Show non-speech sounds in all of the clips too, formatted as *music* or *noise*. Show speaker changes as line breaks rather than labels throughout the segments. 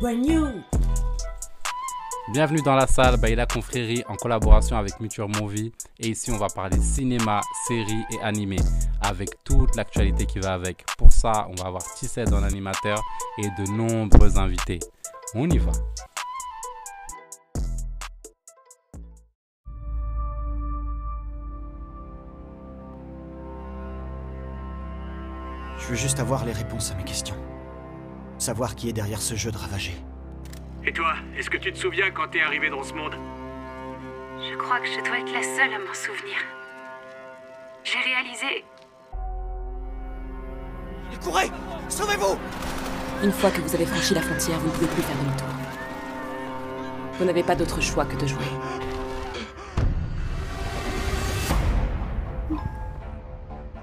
brand new.
Bienvenue dans la salle Baila Confrérie en collaboration avec Mutual Movie. Et ici, on va parler cinéma, séries et animés avec toute l'actualité qui va avec. Pour ça, on va avoir Tisset dans l'animateur et de nombreux invités. On y va.
Je veux juste avoir les réponses à mes questions. Savoir qui est derrière ce jeu de ravagé.
Et toi, est-ce que tu te souviens quand t'es arrivé dans ce monde
Je crois que je dois être la seule à m'en souvenir. J'ai réalisé
Courez Sauvez-vous
Une fois que vous avez franchi la frontière, vous ne pouvez plus faire demi-tour. Vous n'avez pas d'autre choix que de jouer.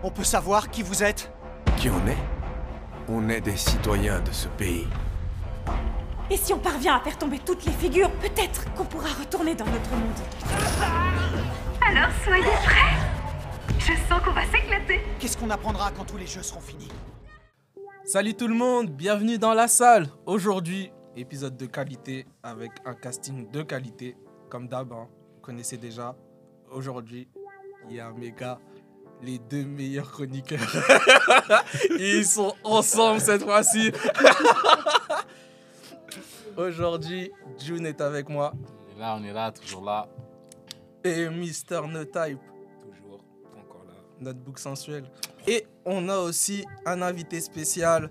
On peut savoir qui vous êtes
Qui on est On est des citoyens de ce pays.
Et si on parvient à faire tomber toutes les figures, peut-être qu'on pourra retourner dans notre monde.
Alors soyez prêts Je sens qu'on va s'éclater
Qu'est-ce qu'on apprendra quand tous les jeux seront finis
Salut tout le monde, bienvenue dans la salle. Aujourd'hui, épisode de qualité avec un casting de qualité, comme d'hab, hein, vous connaissez déjà. Aujourd'hui, il y a mes gars, les deux meilleurs chroniqueurs. *laughs* Ils sont ensemble cette fois-ci. *laughs* Aujourd'hui, June est avec moi
On est là, on est là, toujours là.
et Mister No Type,
Toujours, encore là.
notre book sensuel. Et on a aussi un invité spécial,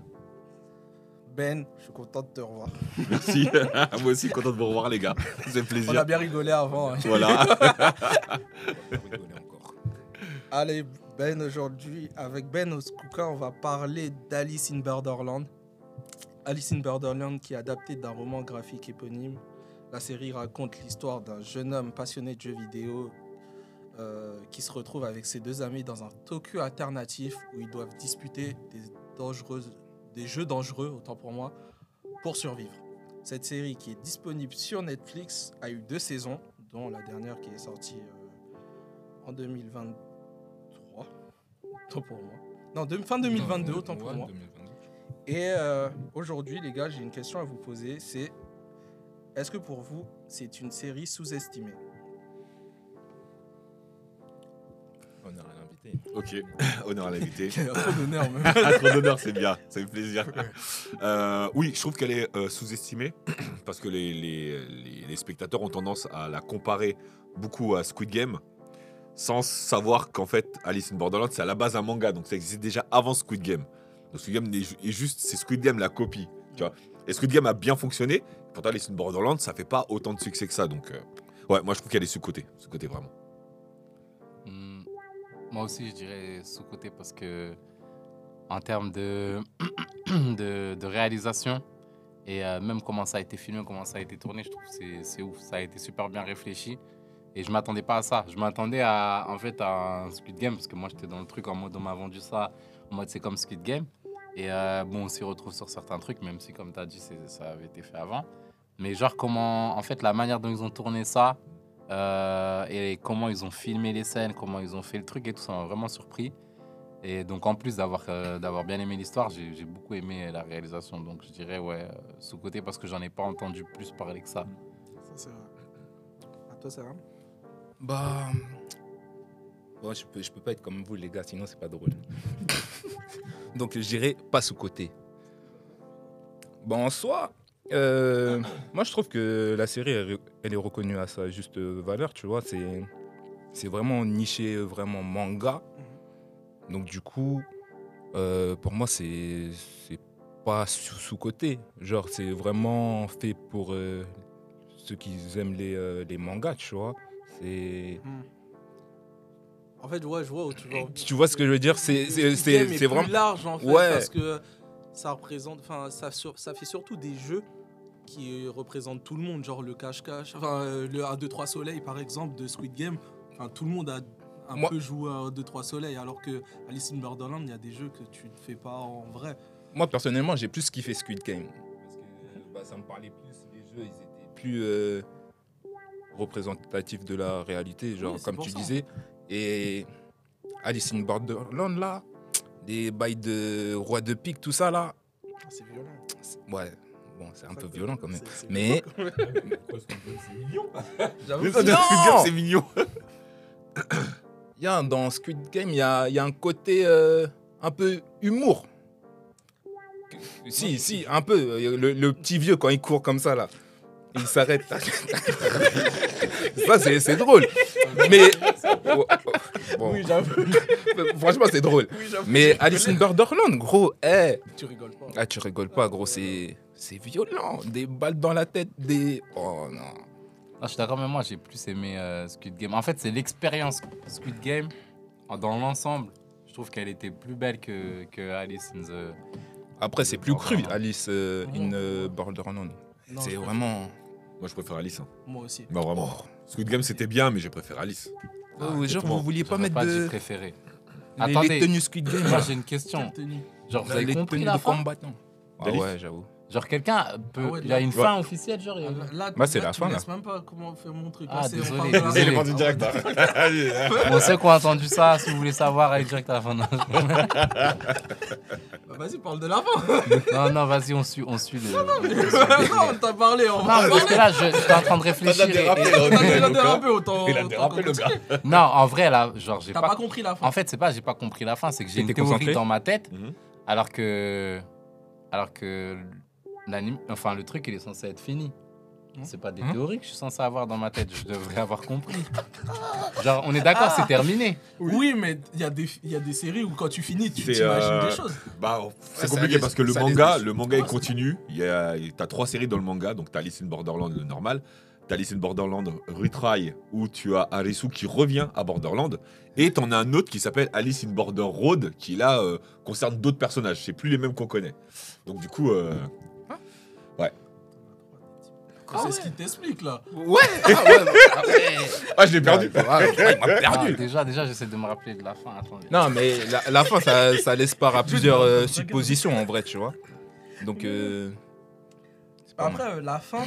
Ben. Je suis content de te revoir.
Merci. *laughs* Moi aussi, content de vous revoir, les gars. Ça fait
On a
plaisir.
bien rigolé avant. hein. *laughs*
Voilà.
Allez, Ben, aujourd'hui, avec Ben Oskouka, on va parler d'Alice in Borderland. Alice in Borderland, qui est adaptée d'un roman graphique éponyme. La série raconte l'histoire d'un jeune homme passionné de jeux vidéo euh, qui se retrouve avec ses deux amis dans un Tokyo alternatif où ils doivent disputer des, dangereuses, des jeux dangereux, autant pour moi, pour survivre. Cette série, qui est disponible sur Netflix, a eu deux saisons, dont la dernière qui est sortie euh, en 2020. 2023, autant pour moi. Non, de- fin 2022, autant pour moi. Et euh, aujourd'hui, les gars, j'ai une question à vous poser. C'est est-ce que pour vous, c'est une série sous-estimée
On aura l'invité. Ok, *laughs* honneur à l'invité.
Quel trop d'honneur,
*laughs*
même.
Ah, trop d'honneur, c'est bien, ça fait plaisir. Euh, oui, je trouve qu'elle est euh, sous-estimée parce que les, les- les- les spectateurs ont tendance à la comparer beaucoup à Squid Game sans savoir qu'en fait Alice in Borderland c'est à la base un manga donc ça existait déjà avant Squid Game. Donc Squid Game n'est ju- est juste, c'est Squid Game la copie, tu vois. Et Squid Game a bien fonctionné, pourtant Alice in Borderland ça fait pas autant de succès que ça donc. euh, Ouais, moi je trouve qu'elle est sous-côté, sous-côté vraiment.
Hmm, Moi aussi, je dirais sous-côté parce que, en termes de, *clears throat* de, de réalisation et euh, même comment ça a été filmé, comment ça a été tourné, je trouve que c'est- c'est ouf. Ça a été super bien réfléchi et je m'attendais pas à ça. Je m'attendais à, en fait, à un Squid Game parce que moi j'étais dans le truc en mode on m'a vendu ça, en mode c'est comme Squid Game. Et euh, bon, on s'y retrouve sur certains trucs, même si, comme tu as dit, c'est- ça avait été fait avant. Mais genre, comment, en fait, la manière dont ils ont tourné ça, euh, et comment ils ont filmé les scènes, comment ils ont fait le truc et tout, ça m'a vraiment surpris. Et donc, en plus d'avoir euh, d'avoir bien aimé l'histoire, j'ai j'ai beaucoup aimé la réalisation. Donc, je dirais, ouais, euh, sous-côté parce que j'en ai pas entendu plus parler que ça.
Ça, c'est vrai. À toi, Sarah
Bah. Bon, je peux, je peux pas être comme vous, les gars, sinon c'est pas drôle. Donc, je dirais pas sous-côté. Bon, en soi, euh, moi je trouve que la série, elle, elle est reconnue à sa juste valeur, tu vois. C'est, c'est vraiment niché, euh, vraiment manga. Donc, du coup, euh, pour moi, c'est, c'est pas sous- sous-côté. Genre, c'est vraiment fait pour euh, ceux qui aiment les, euh, les mangas, tu vois. C'est.
En fait, ouais, je vois où tu vas. en venir.
Tu vois ce que je veux dire C'est-
Le
C'est
game est
c'est- c'est
plus
vraiment.
large en fait
Ouais.
parce que ça représente, enfin ça, sur- ça fait surtout des jeux qui représentent tout le monde, genre le cache-cache, enfin euh, le 1, 2, 3 soleil par exemple de Squid Game. Enfin, tout le monde a un
Moi-
peu joué à 1, 2, 3 soleil alors que Alice in Borderland, il y a des jeux que tu ne fais pas en vrai.
Moi, personnellement, j'ai plus kiffé Squid Game. Parce que euh, bah, ça me parlait plus. Les jeux, ils étaient plus euh, représentatifs de la réalité, genre,
Oui, c'est
comme
pour
tu
ça.
disais. Et Alice in Borderland, là, des bails de roi de pique, tout ça, là.
C'est violent.
Ouais. Bon, c'est un peu violent quand même. Mais. *laughs*
J'avoue,
Non
Squid Game, c'est mignon.
*coughs* Il y a un- dans Squid Game, il y a, il y a un côté euh, un peu humour. Que- Si, si, un peu. Euh, Le, le petit vieux, quand il court comme ça, là, il *laughs* s'arrête. ça, c'est c'est drôle. Mais. oh, Bon.
Oui, j'avoue. *laughs*
Franchement, c'est drôle.
Oui, j'avoue.
Mais Alice in Borderland, gros, eh,
Tu rigoles pas.
Ah, tu rigoles pas, gros, c'est c'est violent. Des balles dans la tête, des. Oh non.
Non, Ah, je suis d'accord, mais moi j'ai plus aimé euh, Squid Game. En fait, c'est l'expérience Squid Game en- dans l'ensemble. Je trouve qu'elle était plus belle que, que Alice in
Euh,
the.
Après, c'est plus cru, Alice euh,
Non.
in euh, Borderland.
Non,
C'est
je-
vraiment.
Moi, je préfère Alice. hein.
Moi aussi.
Bah, vraiment. Squid Game, c'était bien, mais j'ai préféré Alice.
Oh, genre,
complètement.
vous vouliez pas
J'aurais
mettre
pas
de.
dit préféré.
les- Les,
Attendez.
tenues Squid Game.
Moi j'ai une
Quelle
question. Euh,
tenue
Genre, vous
là,
avez
les
compris
tenues
la
de
fin
combattant. Ah
Délif.
ouais, j'avoue.
Genre, quelqu'un peut.
Ah ouais,
il a une
ouais.
fin officielle, genre. il y a-
Ah, Là,
Bah, c'est
là,
la
tu
fin,
me
là.
laisses même pas comment faire mon truc.
Ah,
Là, c'est- on
désolé,
parle de la- Ah,
désolé.
Élément du direct. hein. Allez, hein.
On sait qu'on a entendu ça. Si vous voulez savoir, allez direct à la fin. Non,
Bah, Vas-y, parle de l'avant.
non, non, vas-y, on suit, on suit le.
Non, on t'a parlé. On
Non,
va
mais parce que là, je, je suis en train de réfléchir.
T'as
et-
dérapé,
et-
là,
T'as déjà
le
dérapé
gars.
autant.
Il a
autant
dérapé, le
continuer.
gars.
Non, en vrai, là, genre, j'ai
T'as
pas.
pas compris la fin.
En fait, c'est pas, j'ai pas compris la fin. C'est que j'ai une
T'étais
théorie
concentré
dans ma tête,
Mhm.
alors que, alors que l'anime, enfin, le truc, il est censé être fini.
Mhm.
C'est pas des
Hein
théories que je suis censé avoir dans ma tête. Je devrais avoir compris. Genre, on est d'accord,
Ah.
c'est terminé.
Oui, mais il y, a des- il y a des séries où quand tu finis, tu
C'est,
t'imagines
euh,
des choses.
Bah, oh, c'est
ça
compliqué
laisse-
parce que le
ça laisse
manga,
des-
le manga, il continue. Il y a, il- t'as trois séries dans le manga, donc t'as Alice in Borderland, le normal. T'as Alice in Borderland Retry, où tu as Arisu qui revient à Borderland. Et t'en as un autre qui s'appelle Alice in Border Road, qui là euh, concerne d'autres personnages. C'est plus les mêmes qu'on connaît. Donc du coup, euh,
c'est ce qui t'explique là.
*laughs*
Ouais, ah ouais, après-
ah, je l'ai perdu.
Ah,
*laughs*
il m'a
Ah,
perdu.
déjà, déjà, j'essaie de me rappeler de la fin. Attendez.
Non, mais la, la fin, ça, ça laisse part à plusieurs euh, suppositions en vrai, tu vois. Donc, euh, c'est pas mal.
Après, euh, la fin,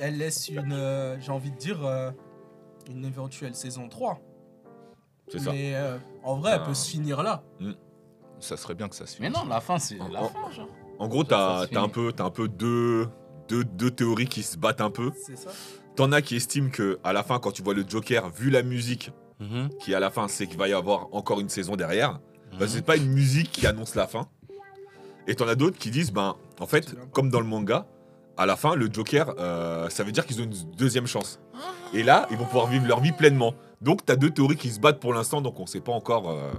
elle laisse une, euh, j'ai envie de dire, euh, une éventuelle saison 3.
C'est ça.
Mais euh, en vrai, elle
Ah.
peut se finir là.
ça serait bien que ça suive.
Mais non, la fin, c'est
En-
la
en-
fin, genre.
En gros,
Ça, ça
t'as
se
t'as un
finit.
peu, t'as un peu deux, deux, deux théories qui se battent un peu.
C'est ça.
T'en as qui estiment que à la fin, quand tu vois le Joker, vu la musique qui à la fin, c'est qu'il va y avoir encore une saison derrière. Bah, c'est pas une musique qui annonce la fin. Et t'en as d'autres qui disent, ben, en fait, comme dans le manga, à la fin, le Joker, euh, ça veut dire qu'ils ont une deuxième chance. Et là, ils vont pouvoir vivre leur vie pleinement. Donc, t'as deux théories qui se battent pour l'instant, donc on sait pas encore euh,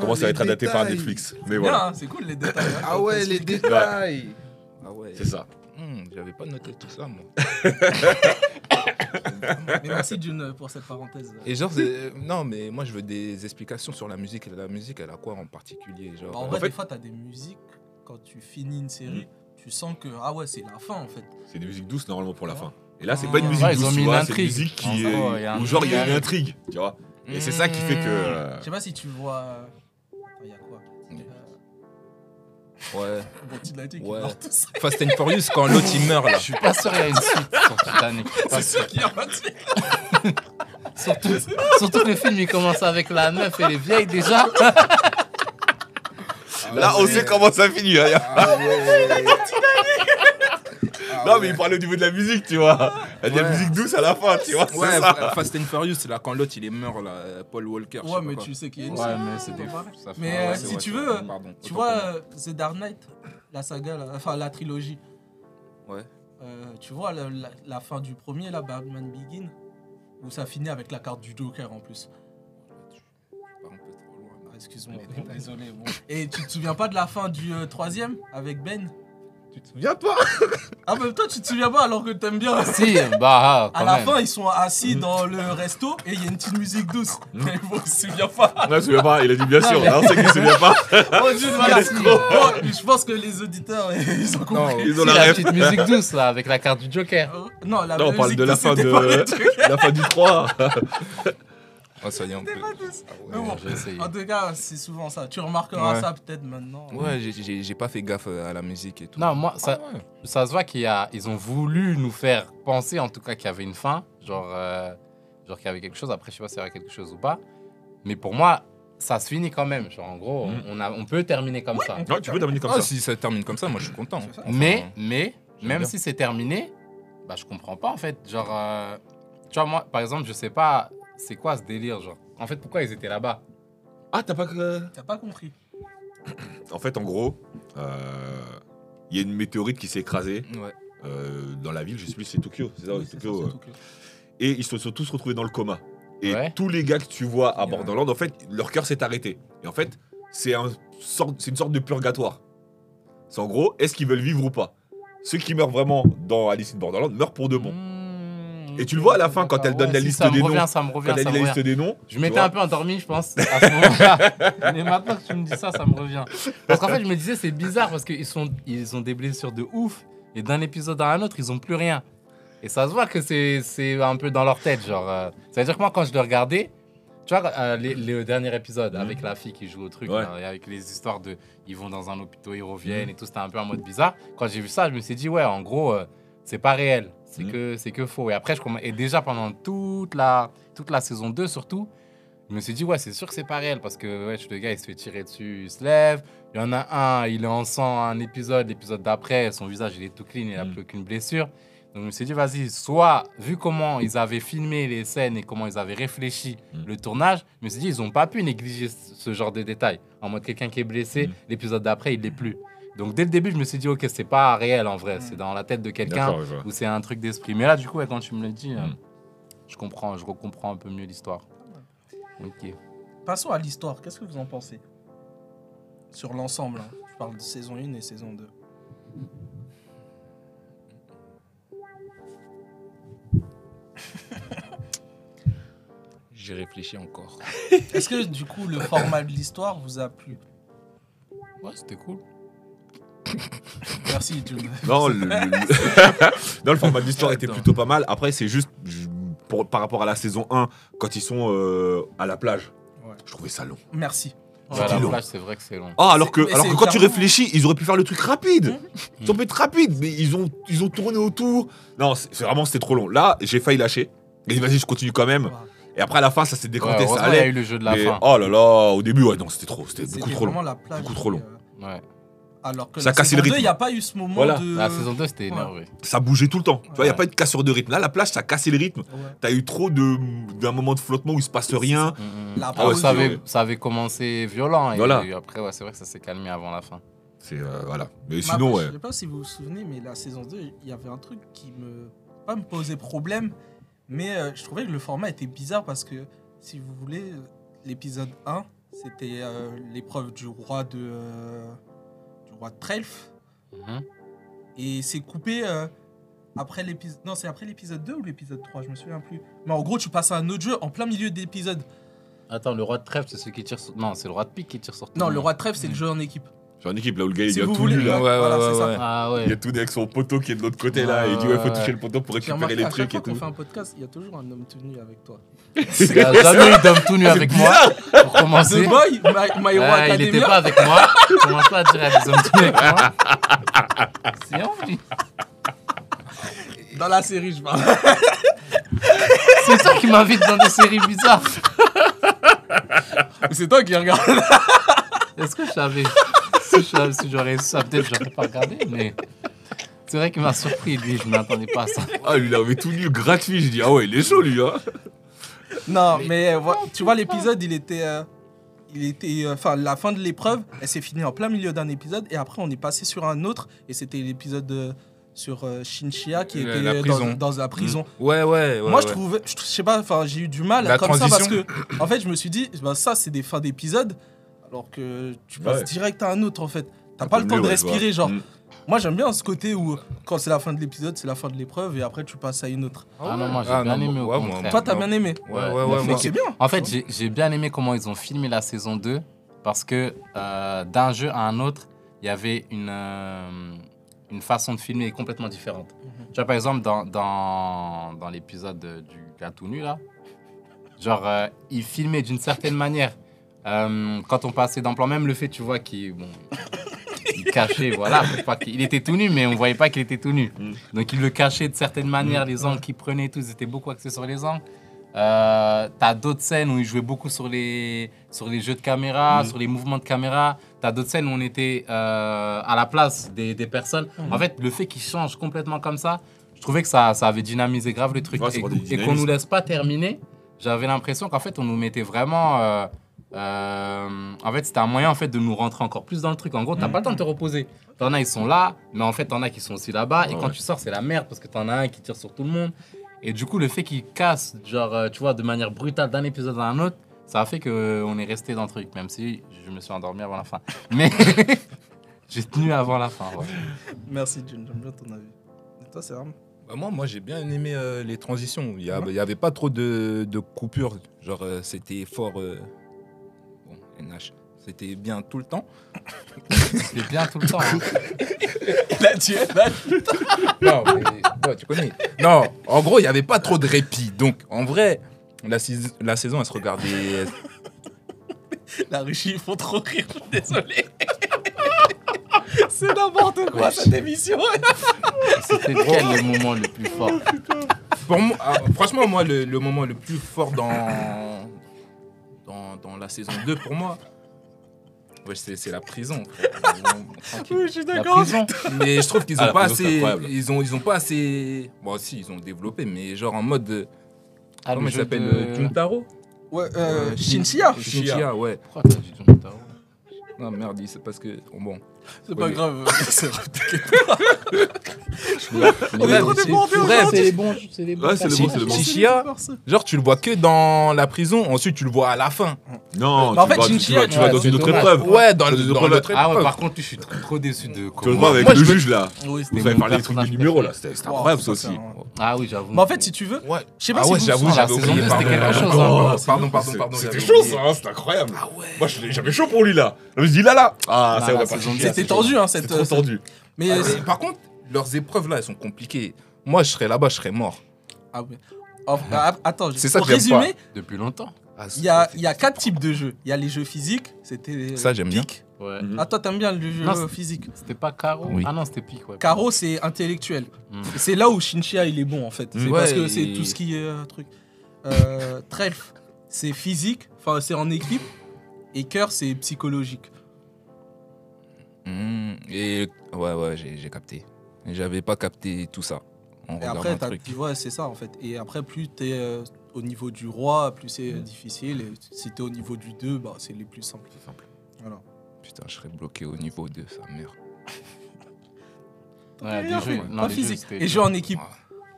comment ça va être adapté par Netflix. Mais
Bien,
voilà,
hein, c'est cool les détails.
*laughs*
hein,
Ah
quand
ouais,
t'expliques.
les détails. Ah ouais.
c'est ça.
Hmm, J'avais pas noté tout ça, moi.
Mais merci d'une pour cette parenthèse.
Et genre, c'est- euh, non, mais moi, je veux des explications sur la musique. La musique, elle a quoi en particulier genre,
Bah, en
euh,
vrai,
fait- Mm.
des fois, t'as des musiques quand tu finis une série. Tu sens que ah ouais c'est la fin en fait.
C'est des musiques douces normalement pour la fin. Et là, c'est pas une
Ah,
musique
ouais, ils ont
douce,
mis
tu
une
vois, c'est une
intrigue.
musique
En gros, il
qui
y
est.
a un
Ou genre, il y a une
triangle.
intrigue, tu vois. Et c'est ça qui fait que. euh,
Je sais pas si tu vois. euh, Attends y a quoi Euh,
Ouais.
Bon tu l'as dit qui
Ouais. Ah,
dort tout seul.
Fast and Furious, quand l'autre, il meurt, là.
Je suis pas sûr qu'il y a une suite sur Titanic. Je suis pas
C'est
sûr.
sûr qu'il y a pas de suite.
Surtout, surtout que le film il commence avec la meuf et les vieilles déjà.
Là, on sait comment ça finit. hein. non, mais il parlait au niveau de la musique, tu vois. Il y a la
Ouais.
musique douce à la fin, tu vois.
Ouais,
c'est ça.
Fa- Fast and Furious, là, quand l'autre, il est meurt, là, euh, Paul Walker. je sais
Ouais
pas
mais
quoi.
tu sais qu'il y a une
Ouais,
suite.
mais c'est des
Voilà.
ça fait-
Mais,
ouais,
euh,
c'est
si
vrai,
tu
ça
veux,
fait-
euh,
Pardon,
Tu
autant
vois
pour
euh, The Dark Knight, la saga, là, enfin la trilogie.
Ouais.
Euh, tu vois le- la, la fin du premier, là, Batman Begin, où ça finit avec la carte du Joker en plus.
moi. Je pars un peu trop loin,
Ah,
mais-
Excuse-moi, désolé. bon. Et tu te souviens pas de la fin du euh, troisième avec Ben
Tu te souviens pas
Ah, mais toi, tu te souviens pas alors que t'aimes bien.
Si, bah, ah, quand
À la
même.
fin, ils sont assis dans le resto et il y a une petite musique douce.
Mm.
Mais bon, tu te souviens pas.
Non, il se souvient pas. Il a dit bien sûr. Non, c'est qu'il se souvient pas.
Oh, *laughs* Dieu, voilà. Bon, je pense que les auditeurs, *laughs* ils ont compris.
Non,
Ils ont
Si,
la
la
ref.
petite musique douce là avec la carte du Joker.
Euh, Non, la
Non, on parle
musique
de la
douce,
fin
c'était
de.
pas les trucs.
*laughs* La fin du 3.
Ah, ça y est, un peu.
Mais bon,
J'ai essayé.
En tout cas, c'est souvent ça. Tu remarqueras
Ouais.
ça peut-être maintenant.
Ouais, j'ai- j'ai j'ai pas fait gaffe euh, à la musique et tout.
Non, moi, ça,
Ah ouais.
ça se voit qu'ils ont voulu nous faire penser, en tout cas, qu'il y avait une fin. Genre, euh, genre qu'il y avait quelque chose. Après, je sais pas s'il y avait quelque chose ou pas. Mais pour moi, ça se finit quand même. Genre, en gros,
Mhm.
on, a, on peut terminer comme ça.
Non, tu peux terminer comme
ah,
ça.
si ça termine comme ça, moi je suis content. Enfin,
Mais, mais, Même
bien.
si c'est terminé, bah, je comprends pas en fait. Genre, euh, tu vois, moi, par exemple, je sais pas c'est quoi ce délire. Genre, en fait, pourquoi ils étaient là-bas
Ah, t'as pas que.
T'as pas compris.
En fait, en gros, euh, il y a une météorite qui s'est écrasée
Ouais.
euh, dans la ville, je sais plus, c'est Tokyo. C'est ça,
Oui, c'est
Tokyo,
ça,
euh.
c'est Tokyo.
Et ils se sont tous retrouvés dans le coma. Et
Ouais.
tous les gars que tu vois à
Ouais.
Borderland, en fait, leur cœur s'est arrêté. Et en fait, c'est un sorte- c'est une sorte de purgatoire. C'est en gros, est-ce qu'ils veulent vivre ou pas Ceux qui meurent vraiment dans Alice in Borderland meurent pour de bon.
Mmh,
Et tu le
ok,
vois à la
ok,
fin, quand
d'accord.
elle donne la
si,
liste
ça me
des
revient,
noms.
Ça me revient,
Quand elle
ça
a
me
la
revient.
liste des noms,
Je
tu
m'étais
vois.
un peu endormi, je pense, à ce moment-là. *laughs* Mais maintenant que tu me dis ça, ça me revient. Parce qu'en fait, je me disais, c'est bizarre parce qu'ils sont, ils ont des blessures de ouf. Et d'un épisode à un autre, ils ont plus rien. Et ça se voit que c'est, c'est un peu dans leur tête. Genre, euh, ça veut dire que moi, quand je le regardais, tu vois, euh, les- le dernier épisode avec la fille qui joue au truc,
Mhm. Ouais. Mhm.
là, et avec les histoires de ils vont dans un hôpital, ils reviennent et tout, c'était un peu en mode bizarre. Quand j'ai vu ça, je me suis dit, ouais, en gros, euh, c'est pas réel, c'est,
Mhm.
que, c'est que faux. Et après, je, comm- et déjà pendant toute la, toute la saison 2, surtout, je me suis dit, ouais, c'est sûr que c'est pas réel parce que ouais, le gars, il se fait tirer dessus, il se lève. Il y en a un, il est en sang à un épisode, l'épisode d'après, son visage, il est tout clean, il n'a
Mm.
plus aucune blessure. Donc je me suis dit, vas-y, soit, vu comment ils avaient filmé les scènes et comment ils avaient réfléchi
Mm.
le tournage, je me suis dit, ils n'ont pas pu négliger ce ce genre de détails. En mode, quelqu'un qui est blessé,
Mm.
l'épisode d'après, il l'est plus. Donc dès le début, je me suis dit, ok, c'est pas réel en
Mm.
vrai, c'est dans la tête de quelqu'un
D'accord, je vois.
ou c'est un truc d'esprit. Mais là, du coup, ouais, quand tu me le dis, euh,
Mm.
je comprends, je recomprends un peu mieux l'histoire. Ok.
Passons à l'histoire. Qu'est-ce que vous en pensez Sur l'ensemble. hein. Je parle de saison 1 et saison 2.
J'ai réfléchi encore.
Est-ce que du coup le format de l'histoire vous a plu
Ouais, c'était cool.
Merci Jules.
Non, le,
*laughs*
le- non, le format de l'histoire était
Attends.
plutôt pas mal. Après, c'est juste je- pour- par rapport à la saison 1, quand ils sont euh, à la plage.
Ouais.
Je trouvais ça long.
Merci.
Ouais,
C'était
la
long.
plage, c'est vrai que c'est long.
Ah, alors que,
Mais
alors
c'est
que quand tu
clairement-
réfléchis, ils auraient pu faire le truc rapide. Ils ont
Mhm.
pu être rapides, mais ils ont, ils ont tourné autour. Non, c'est c'est vraiment, c'était trop long. Là, j'ai failli lâcher. Et vas-y, je continue quand même.
Ouais.
Et après, à la fin, ça s'est
Ouais,
décanté,
heureusement,
ça
il y a
allait.
eu le jeu de la
Mais,
fin.
oh là là, au début, ouais, non, c'était trop. C'était beaucoup
C'était
trop long.
vraiment la plage.
Beaucoup trop long.
euh,
Ouais.
Alors que
Ça
la
cassait le
saison 2,
rythme.
il n'y a pas eu ce moment
Voilà.
de.
La saison 2, c'était énervé.
Ça bougeait tout le temps. Tu vois, il n'y a
Ouais.
pas de cassure de rythme. Là, la plage, ça cassait le rythme.
Ouais.
T'as eu trop de- d'un moment de flottement où il se passe
Mm,
rien.
mm.
La
Ah ouais,
pause,
ça, avait,
ouais.
ça avait commencé violent. Et
Voilà.
après, ouais, c'est vrai que ça s'est calmé avant la fin.
C'est euh, voilà. Mais
Mais
sinon,
Bah, après,
ouais.
Je sais pas si vous vous souvenez, mais la saison 2, il y avait un truc qui me. pas me posait problème, mais euh, je trouvais que le format était bizarre parce que, si vous voulez, euh, l'épisode 1, c'était euh, l'épreuve du roi de. euh, du roi de Trelf.
Mhm.
Et c'est coupé euh, après l'épisode. Non, c'est après l'épisode 2 ou l'épisode 3, je me souviens plus. Mais en gros, tu passes à un autre jeu en plein milieu d'épisode.
Attends, le roi de trèfle, c'est celui qui tire sur. Non, c'est le roi de pique qui tire sur. tout
Non, le
monde.
roi de trèfle, c'est le jeu en équipe.
J'ai une équipe là où le gars, il
Si
y a
vous
tout
voulez,
nu, là.
ouais.
voilà, c'est ça.
ouais.
Ah
Il y a
ouais.
tout nu avec son poteau qui est de l'autre côté là.
Ouais,
il dit ouais, faut
ouais,
toucher
ouais.
le poteau pour
J'ai
récupérer
remarqué
les
à chaque
trucs
fois
et
qu'on
tout.
fait un podcast, il y a toujours un homme tenu avec toi.
Il a jamais eu d'homme tout nu avec moi. Pour
The
commencer.
Ah, Boy, My, My Hero
Ah, il
Academia.
n'était pas avec moi. Commence pas à dire à des hommes tout nus avec moi. C'est envie.
Dans la série, je parle. *laughs*
C'est toi qui m'invite dans des séries bizarres.
c'est toi qui regardes.
Est-ce que je savais si, je savais- si j'aurais su ça, peut-être j'aurais pas regardé, mais c'est vrai qu'il m'a surpris, lui, je m'attendais pas à ça.
Ah, lui, il avait tout nu gratuit. J'ai dit ah ouais, il est chaud lui. Hein.
Non, mais euh, vo- tu vois, l'épisode, il était. euh, il était. euh, Enfin, la fin de l'épreuve, elle s'est finie en plein milieu d'un épisode. Et après, on est passé sur un autre. Et c'était l'épisode de- sur euh, Shinchia qui
La-
était
la
euh,
prison. Mm.
dans, dans la prison.
Ouais, ouais, ouais.
Moi, je
ouais.
trouvais. Je, je sais pas, enfin, j'ai eu du mal
La
comme ça parce
transition.
que. En fait, je me suis dit, bah, ça, c'est des fins d'épisode. Alors que tu passes
Ouais.
direct à un autre, en fait. T'as pas le
Mieux,
temps de
ouais, je vois.
respirer, genre.
Mm.
Moi j'aime bien ce côté où quand c'est la fin de l'épisode, c'est la fin de l'épreuve et après tu passes à une autre.
Ah non, moi j'ai
Ah,
bien
non,
aimé au
ouais, moi,
contraire.
Toi t'as
non.
bien aimé.
Ouais, ouais,
Ouais,
ouais.
Mais
moi.
c'est bien.
En fait, j'ai j'ai bien aimé comment ils ont filmé la saison 2 parce que euh, d'un jeu à un autre, il y avait une, euh, une façon de filmer complètement différente.
Mhm.
Tu vois, par exemple, dans, dans, dans l'épisode de- du gars tout nu, là, genre, euh, ils filmaient d'une certaine manière. Euh, quand on passait dans le plan, même le fait, tu vois, qu'il bon, il cachait, voilà, pour pas qu'il- il était tout nu, mais on voyait pas qu'il était tout nu.
Mm.
Donc il le cachait de certaines manières, les angles qu'il prenait, et tout, ils étaient beaucoup axés sur les angles. Euh, T'as d'autres scènes où il jouait beaucoup sur les, sur les jeux de caméra,
Mm.
sur les mouvements de caméra. T'as d'autres scènes où on était euh, à la place des, des personnes.
Mm.
En fait, le fait qu'ils changent complètement comme ça, je trouvais que ça, ça avait dynamisé grave le truc.
Ouais, c'est
et
pour du
et qu'on nous laisse pas terminer, j'avais l'impression qu'en fait, on nous mettait vraiment. euh, euh, en fait, c'était un moyen en fait, de nous rentrer encore plus dans le truc. En gros, t'as
Mm.
pas le temps de te reposer. T'en as, ils sont là, mais en fait, t'en as qui sont aussi là-bas. Et
Ouais,
quand
ouais.
tu sors, c'est la merde parce que t'en as un qui tire sur tout le monde. Et du coup, le fait qu'ils cassent, genre, euh, tu vois, de manière brutale d'un épisode à un autre, ça a fait qu'on est resté dans le truc, même si je me suis endormi avant la fin. *laughs* Mais j'ai tenu avant la fin. ouais.
Merci, Jun, j'aime bien ton avis. Et toi, c'est *laughs* vraiment.
Bah, moi, moi j'ai bien aimé euh, les transitions. Il n'y avait pas trop de, de coupures. Genre, euh, c'était fort. euh, Bon, NH. C'était bien tout le temps.
C'était bien tout le temps. hein.
Là, tu Non, mais, bon, tu connais. Non, en gros, il n'y avait pas trop de répit. Donc, en vrai, la, sais- la saison, elle se regardait.
La régie, ils font trop rire, je suis désolé. *laughs* c'est n'importe quoi cette émission. *laughs*
C'était quel le moment le plus fort
Pour moi, ah, franchement, moi, le, le moment le plus fort dans, dans, dans la saison 2, pour moi, ouais, c'est c'est la prison. frère. Tranquille.
Oui, je suis
La
d'accord.
prison
Mais je trouve qu'ils ont
Ah, la
pas
prison, c'est
assez.
incroyable.
Ils ont, ils ont pas assez. Bon, si, ils ont développé, mais genre en mode. euh,
Ah,
comment
le
il
jeu
s'appelle
de-
euh, Juntaro
Ouais, euh,
Euh, Shinchia,
Shinchia.
Shinchia,
ouais.
Pourquoi t'as dit John Tao
Ah merde, il- c'est parce que. Bon.
Euh, C'est
pas
pas grave.
Mais
est
ouais,
trop
mais c'est-
débordés
bref,
aujourd'hui.
c'est les bons. C'est les bons.
Ouais, c'est le bon, c'est le bon.
Shinchia, genre tu le vois que dans la prison, ensuite tu le vois à la fin.
Non,
Mais en
tu
fait,
vas- tu
Shinchia,
vas- tu
ouais,
vas dans
c'est
une autre
dommage.
épreuve.
Ouais, dans,
Dans les
le- dans
autres
l'autre
Ah ouais,
épreuve.
par contre, je suis trop, trop déçu de
Tu vas
comment.
voir avec
Moi,
le
je peux-
juge là.
Oui, c'était
Vous avez
mon
parlé des trucs
personnage
des numéros là. C'était c'était
Wow,
incroyable ça
c'est
aussi.
un-
Ah oui, j'avoue.
Mais en fait, si tu veux,
Ouais.
je sais pas
ah
si
ouais,
vous vous
j'avoue,
souvenez-
j'avais
la
oublié.
saison deux, c'était
pardon,
quelque chose,
pardon,
hein.
Pardon, pardon,
C'est-
pardon.
C'était
j'avais
chaud
oublié.
ça, hein, c'était incroyable. Moi je l'ai- j'avais chaud pour lui là. Je me dis là là. Ah,
Bah,
ça on
la
va pas
saison
chier,
deux,
là,
C'était
c'est
tendu,
chaud.
hein,
C'était
cette.
trop tendu.
Mais
Ah, mais par contre, leurs épreuves là, elles sont compliquées. Moi, je serais là-bas, je serais mort.
Ah ouais. Enfin, ah, attends, je-
C'est ça
pour
que j'aime pas.
résumer,
Depuis longtemps.
Ah,
il y a, il y a quatre types de jeux. Il y a les jeux physiques, c'était.
Ça, j'aime bien.
pique.
Ouais.
Mhm.
Ah, toi, t'aimes bien le jeu
Non, c'est-
physique.
C'était pas Caro
Oui.
Ah non, c'était Pic, ouais.
Caro, c'est intellectuel.
Mm.
Et C'est là où Shinchia, il est bon, en fait. C'est
Mm.
parce
Ouais,
que c'est
et-
tout ce qui est euh, truc. Euh, Trèfle, c'est physique, enfin, c'est en équipe. Et cœur, c'est psychologique.
Mmh, et ouais, ouais, j'ai j'ai capté. J'avais pas capté tout ça. En
Et
regardant
après,
le
t'as-
truc.
ouais, c'est ça en fait. Et après, plus t'es euh, au niveau du roi, plus c'est euh,
Mm.
difficile. Et si t'es au niveau du 2, bah, c'est les plus simples.
simple.
Voilà.
Putain, je serais bloqué au niveau de sa mère.
Ouais, des
D'ailleurs,
jeux.
pas
Non, des jeux,
physique.
c'était-
et jeux en équipe.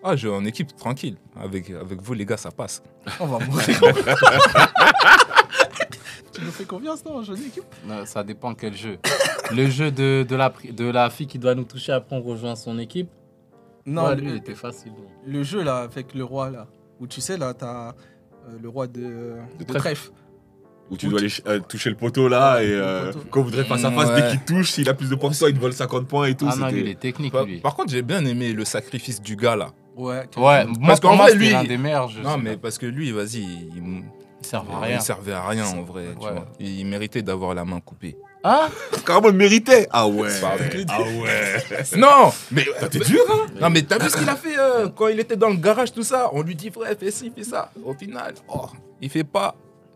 Ah, je en équipe, tranquille. Avec, avec vous, les gars, ça passe.
*laughs*
On va mourir. *laughs* tu me fais confiance, non, en jeu en équipe
Non, ça dépend quel jeu. *coughs* Le jeu de, de, la, pri- de la fille qui doit nous toucher, après on rejoint son équipe.
Non,
Ouais, lui, il
le,
était facile.
le jeu là, avec le roi là, où tu sais, là, t'as euh, le roi de,
De
de
trèfle.
trèfle.
Où tu dois aller euh, toucher le poteau là et
Le
euh,
poteau.
qu'on voudrait face à face
Ouais.
dès qu'il touche, s'il a plus de points que toi, il te vole 50 points et tout.
Ah non, lui, il
c'était-
est technique,
Par,
lui.
par contre, j'ai bien aimé le sacrifice du gars là.
Ouais,
Ouais, moi,
Parce
pour
qu'en
moi,
vrai,
c'était
lui-
l'un des meilleurs jeux.
Non,
c'est
mais
pas-
parce que lui, vas-y, il, m-
Il sert à
il
rien.
servait à rien en vrai. tu
Ouais.
vois. Il, il méritait d'avoir la main coupée.
Hein
Carrément, il méritait. Ah ouais.
Pardon.
Ah ouais.
non, mais
euh,
T'es dur, hein.
non, mais t'as vu ce qu'il a fait euh, quand il était dans le garage, tout ça. On lui dit, frère, fais ci, fais ça. Au final, oh, il fait pas.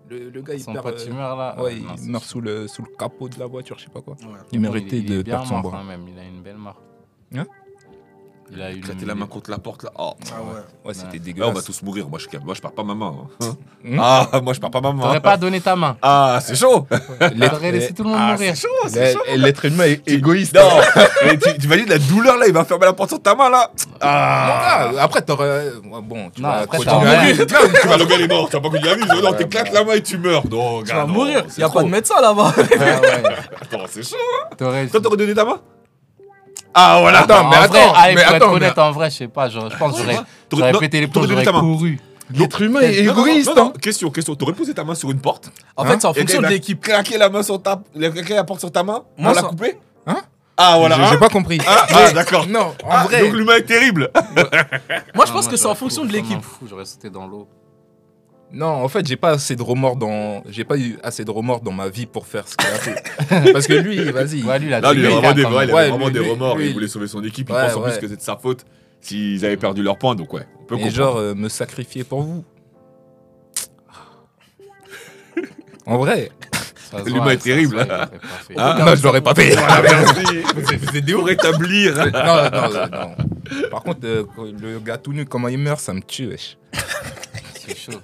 Le, le gars, il
Son
perd.
pote,
euh,
il meurt là.
Ouais,
Non,
il
c'est-
meurt sous le, sous le capot de la voiture, je sais pas quoi.
Ouais.
Il méritait
il est
de
bien
perdre son
mort hein.
bras.
quand même, il a une belle mort.
Hein
Il a eu
Éclater la main contre la porte là. Oh.
Ah ouais.
Ouais, c'était
Ouais.
Là, on
dégueulasse.
va tous mourir. Moi, je, moi, je pars pas ma main. hein.
Hmm
Ah, moi, je pars pas ma main.
T'aurais pas donné ta main.
Ah, c'est chaud.
T'aurais laissé tout le monde
Ah,
mourir.
c'est chaud, c'est chaud.
L'être l'être humain est égoïste. *laughs*
Non, mais tu, tu imagines la douleur là, il va fermer la porte sur ta main là.
Ah, après,
euh,
t'aurais. ouais, Bon, tu
Non,
vas
après,
continuer
t'aurais-
à vivre.
Non, *laughs* tu vas le gars, il est mort. T'as pas connu la vie. Non, t'éclates la main et tu meurs. Non,
Tu
gars.
vas
non,
mourir,
oh, c'est
y a
trop.
pas de médecin là-bas. *laughs*
Ah ouais.
Attends, c'est chaud.
T'aurais.
Toi, t'aurais donné ta main Ah, voilà.
Attends,
En
mais
vrai,
attends,
allez,
mais
pour
attends,
être honnête, en vrai, je sais pas, genre, je pense que j'aurais-
T'aurais-
j'aurais
non,
pété les plombs,
t'aurais donné
j'aurais
ta main.
couru.
L'être humain est
Non, non, non,
égoïste.
non, non,
hein.
Question, question. T'aurais posé ta main sur une porte
En
Hein
fait, c'est en
et
fonction
il
de
a
l'équipe.
Claquer la main sur ta. il a claqué la porte sur ta main
Moi,
On l'a
ça-
coupé
Hein
Ah, voilà.
J'ai- J'ai
hein.
pas compris.
Ah, ah, d'accord.
Non, en
Ah,
vrai.
Donc l'humain est terrible.
Moi, Ah,
Ah,
je pense que c'est en fonction de l'équipe.
J'aurais sauté dans l'eau.
Non, en fait, j'ai pas assez de remords dans. J'ai pas eu assez de remords dans ma vie pour faire ce qu'il a
*laughs*
fait. Parce que lui, vas-y.
Ouais, lui, il a hein.
Là, lui, il
tué
a
les
vraiment
gars,
des,
quand même.
ouais, il a
Ouais,
vraiment
lui,
des
lui,
remords.
lui,
il voulait
lui.
sauver son équipe.
Ouais,
il pense en plus
ouais.
que c'est de sa faute s'ils avaient perdu leur point. Donc, ouais, on peut
Et
comprendre.
genre, euh, me sacrifier pour vous. En vrai,
Ça se voit,
L'humain
ça
est
se
terrible.
voit,
hein.
il est pas fait.
Ah.
Hein
non, je l'aurais pas fait.
Voilà, merci.
C'est- c'est des
Pour
ouf.
établir.
Non, non, non, non. Par contre, euh, le gars tout nu, comment il meurt, ça me tue, wesh.
C'est chaud.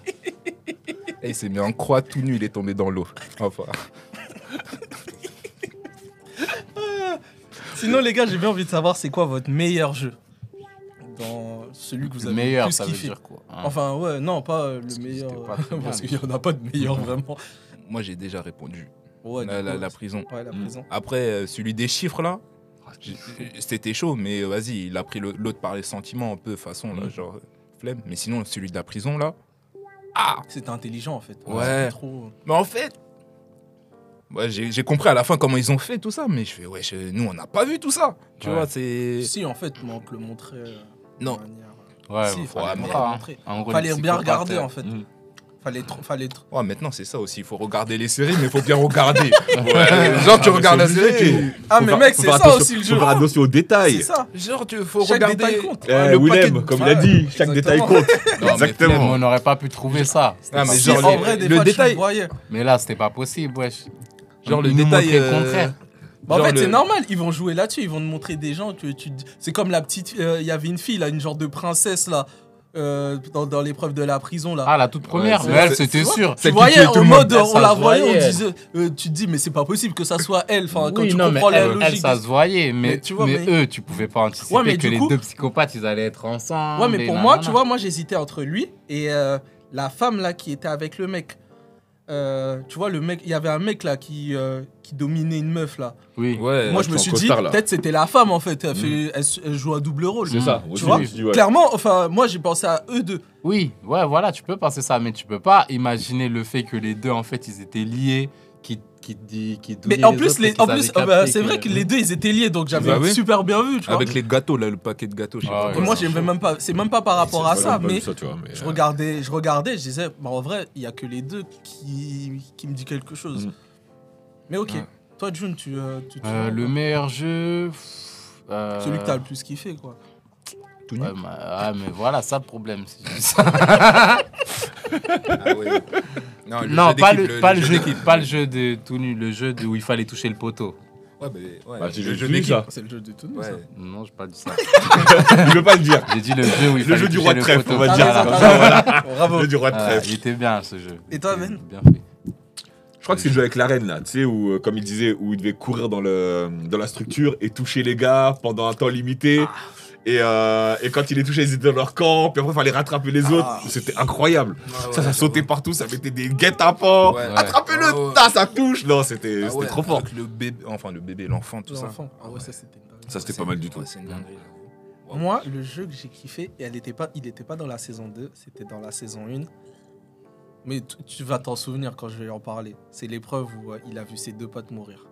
Et il s'est mis en croix tout nu, il est tombé dans l'eau. Enfin,
Sinon, les gars, j'ai bien envie de savoir c'est quoi votre meilleur jeu dans celui que vous
Le
avez le
meilleur,
plus
ça veut
kiffé.
dire quoi hein.
Enfin, ouais, non, pas euh, le
Parce que
meilleur.
c'était pas très bien.
*laughs* parce qu'il n'y en a pas de meilleur vraiment.
moi j'ai déjà répondu.
Ouais,
La,
du
la-
coup,
la prison.
ouais, la
Hmm.
Mm.
prison.
Après, euh, celui des chiffres là, j'ai- c'était chaud, mais euh, vas-y, il a pris le- l'autre par les sentiments un peu, façon là, genre euh, flemme. Mais sinon, celui de la prison là. Ah
C'était intelligent en fait.
Ouais.
C'était Trop...
Mais en fait, ouais, j'ai j'ai compris à la fin comment ils ont fait tout ça, mais je fais, ouais, je- nous on n'a pas vu tout ça. Tu
Ouais.
vois, c'est.
Si, en fait, mais on te le montrait. euh, de
Non.
manière- euh,
Ouais,
Si,
faut
fallait
aller
bien
voir, hein.
montrer.
En gros, les
Fallait bien
psychopathes,
regarder
euh,
en fait.
Mm.
Fallait trop. Fallait trop.
Ouais, maintenant c'est ça aussi, il faut regarder les séries, mais il faut bien regarder. Ouais, genre,
Ah,
tu
mais
regardes la
c'est
série,
obligé.
tu-
Ah,
Faut
mais
faire-
mec,
faut
c'est
faire
ça
attention-
aussi le jeu.
Faut faire attention aux
C'est
détails.
ça.
Genre, tu faut
Chaque
regarder.
détail compte.
Eh,
Ah, le paquet
Willem,
de-
comme il a
Ouais,
dit, chaque détail
exactement.
compte.
Non, mais
Exactement.
Flemme, on n'aurait pas pu trouver ça. C'était
Ah,
pas
mais
Si,
genre,
possible.
en
les-
vrai, des
le
fois,
détail-
tu le voyais.
Mais là, c'était pas possible, wesh.
Genre, le
Ils nous
détail,
montraient le
euh,
contraire.
Bah, en
Genre
fait,
le-
c'est normal, ils vont jouer là-dessus, ils vont te montrer des gens. que tu... C'est comme la petite. euh, Il y avait une fille, là, une genre de princesse, là, euh, dans, dans l'épreuve de la prison, là.
Ah, la toute première,
Ouais,
mais
c'est-
elle,
c'est-
c'était
tu vois,
sûr.
tu
celle qui
voyais
tuait tout
en
le monde.
mode,
Elle,
euh, on
ça
la
se
voyait, on
voyait.
disait. euh, tu te dis, mais c'est pas possible que ça soit elle. Enfin, quand
Oui,
tu
non, mais
comprends la
elle, elle,
logique.
ça
des-
se voyait, mais,
Mais tu vois,
mais
mais-
eux, tu pouvais pas anticiper
Ouais, mais
que
du
les
coup-
deux psychopathes, ils allaient être ensemble.
Ouais, mais
et
pour moi,
nanana.
tu vois, moi j'hésitais entre lui et euh, la femme là qui était avec le mec. Euh, tu vois, le mec, il y avait un mec là qui, euh, qui dominait une meuf là.
Oui,
Ouais,
moi je me
en
suis
costard,
dit,
là.
peut-être c'était la femme en fait.
Mm.
Elle, fait- elle s- elle joue à double rôle.
C'est ça. Ah, Moi
Tu
aussi,
vois
je me suis dit, ouais.
Clairement, enfin, moi j'ai pensé à eux deux.
oui, ouais, voilà, tu peux penser ça, mais tu peux pas imaginer le fait que les deux, en fait, ils étaient liés, qui, qui, qui, qui
Mais
douillaient
en
les
plus,
autres
les-
et qu'ils
en plus,
avaient
euh, bah,
capté
c'est vrai que les deux ils étaient liés donc j'avais
Bah oui.
super bien vu, tu vois.
Avec les gâteaux, là, le paquet de gâteaux, je sais
Ah
pas.
ouais.
Et
quoi.
moi j'aimais même pas, c'est même pas par rapport à
Ouais,
ça,
j'aurais pas vu
mais
tu vois, mais,
je
euh,
regardais, je regardais, je disais, bah, en vrai, il y a que les deux qui, qui me dit quelque chose.
Mm.
Mais ok,
Ouais.
toi June, tu, euh, tu te
Euh,
souviens,
le
quoi
meilleur jeu. pff, euh,
celui que t'as le plus kiffé quoi.
Tout nu.
Ouais, mais, ah, mais voilà, ça le problème. si je dis ça.
*laughs* Ah ouais. Non, le
non,
jeu
pas
d'équipe,
le, pas le jeu
d'équipe.
qui, pas le jeu de tout nu, le jeu de où il fallait toucher le poteau.
Ouais, mais, ouais,
Bah, c'est
le
le
jeu
jeu
d'équipe.
ça.
C'est le jeu du tout
Ouais.
Non, j'ai pas dit ça.
*laughs* Il veut pas le dire.
J'ai dit le jeu où il
Le
fallait
jeu du
toucher
roi
le
de trèfle,
poteau. Ah,
on va dire. Ah,
Voilà.
Comme
Ah, *laughs* Bravo.
Le du roi de
Ah,
trèfle.
il était bien ce jeu.
Et toi, Ben
Bien fait.
Je crois que c'est le jeu avec l'arène là, tu sais, où, euh, comme il disait, où il devait courir dans, le, dans la structure et toucher les gars pendant un temps limité. Et, euh, et quand il les touchait, ils étaient dans leur camp, puis après, il fallait rattraper
Ah.
les autres. C'était incroyable. ça, ça sautait partout, ça mettait des guet-apens.
Ah Ouais.
Attrapez-le,
Ouais, ouais.
tas, ça touche. Non, c'était
Ah
c'était
ouais,
trop fort.
avec le bébé, enfin le bébé, l'enfant, tout ça.
L'enfant. Ah ouais, ça c'était une dinguerie.
Ça, c'était
C'est-
pas mal du
ouais,
tout.
c'est une dinguerie, là. Ouais.
Moi, le jeu que j'ai kiffé, et elle était pas, il n'était pas dans la saison 2, c'était dans la saison 1. Mais tu- tu vas t'en souvenir quand je vais en parler. C'est l'épreuve où euh, il a vu ses deux potes mourir.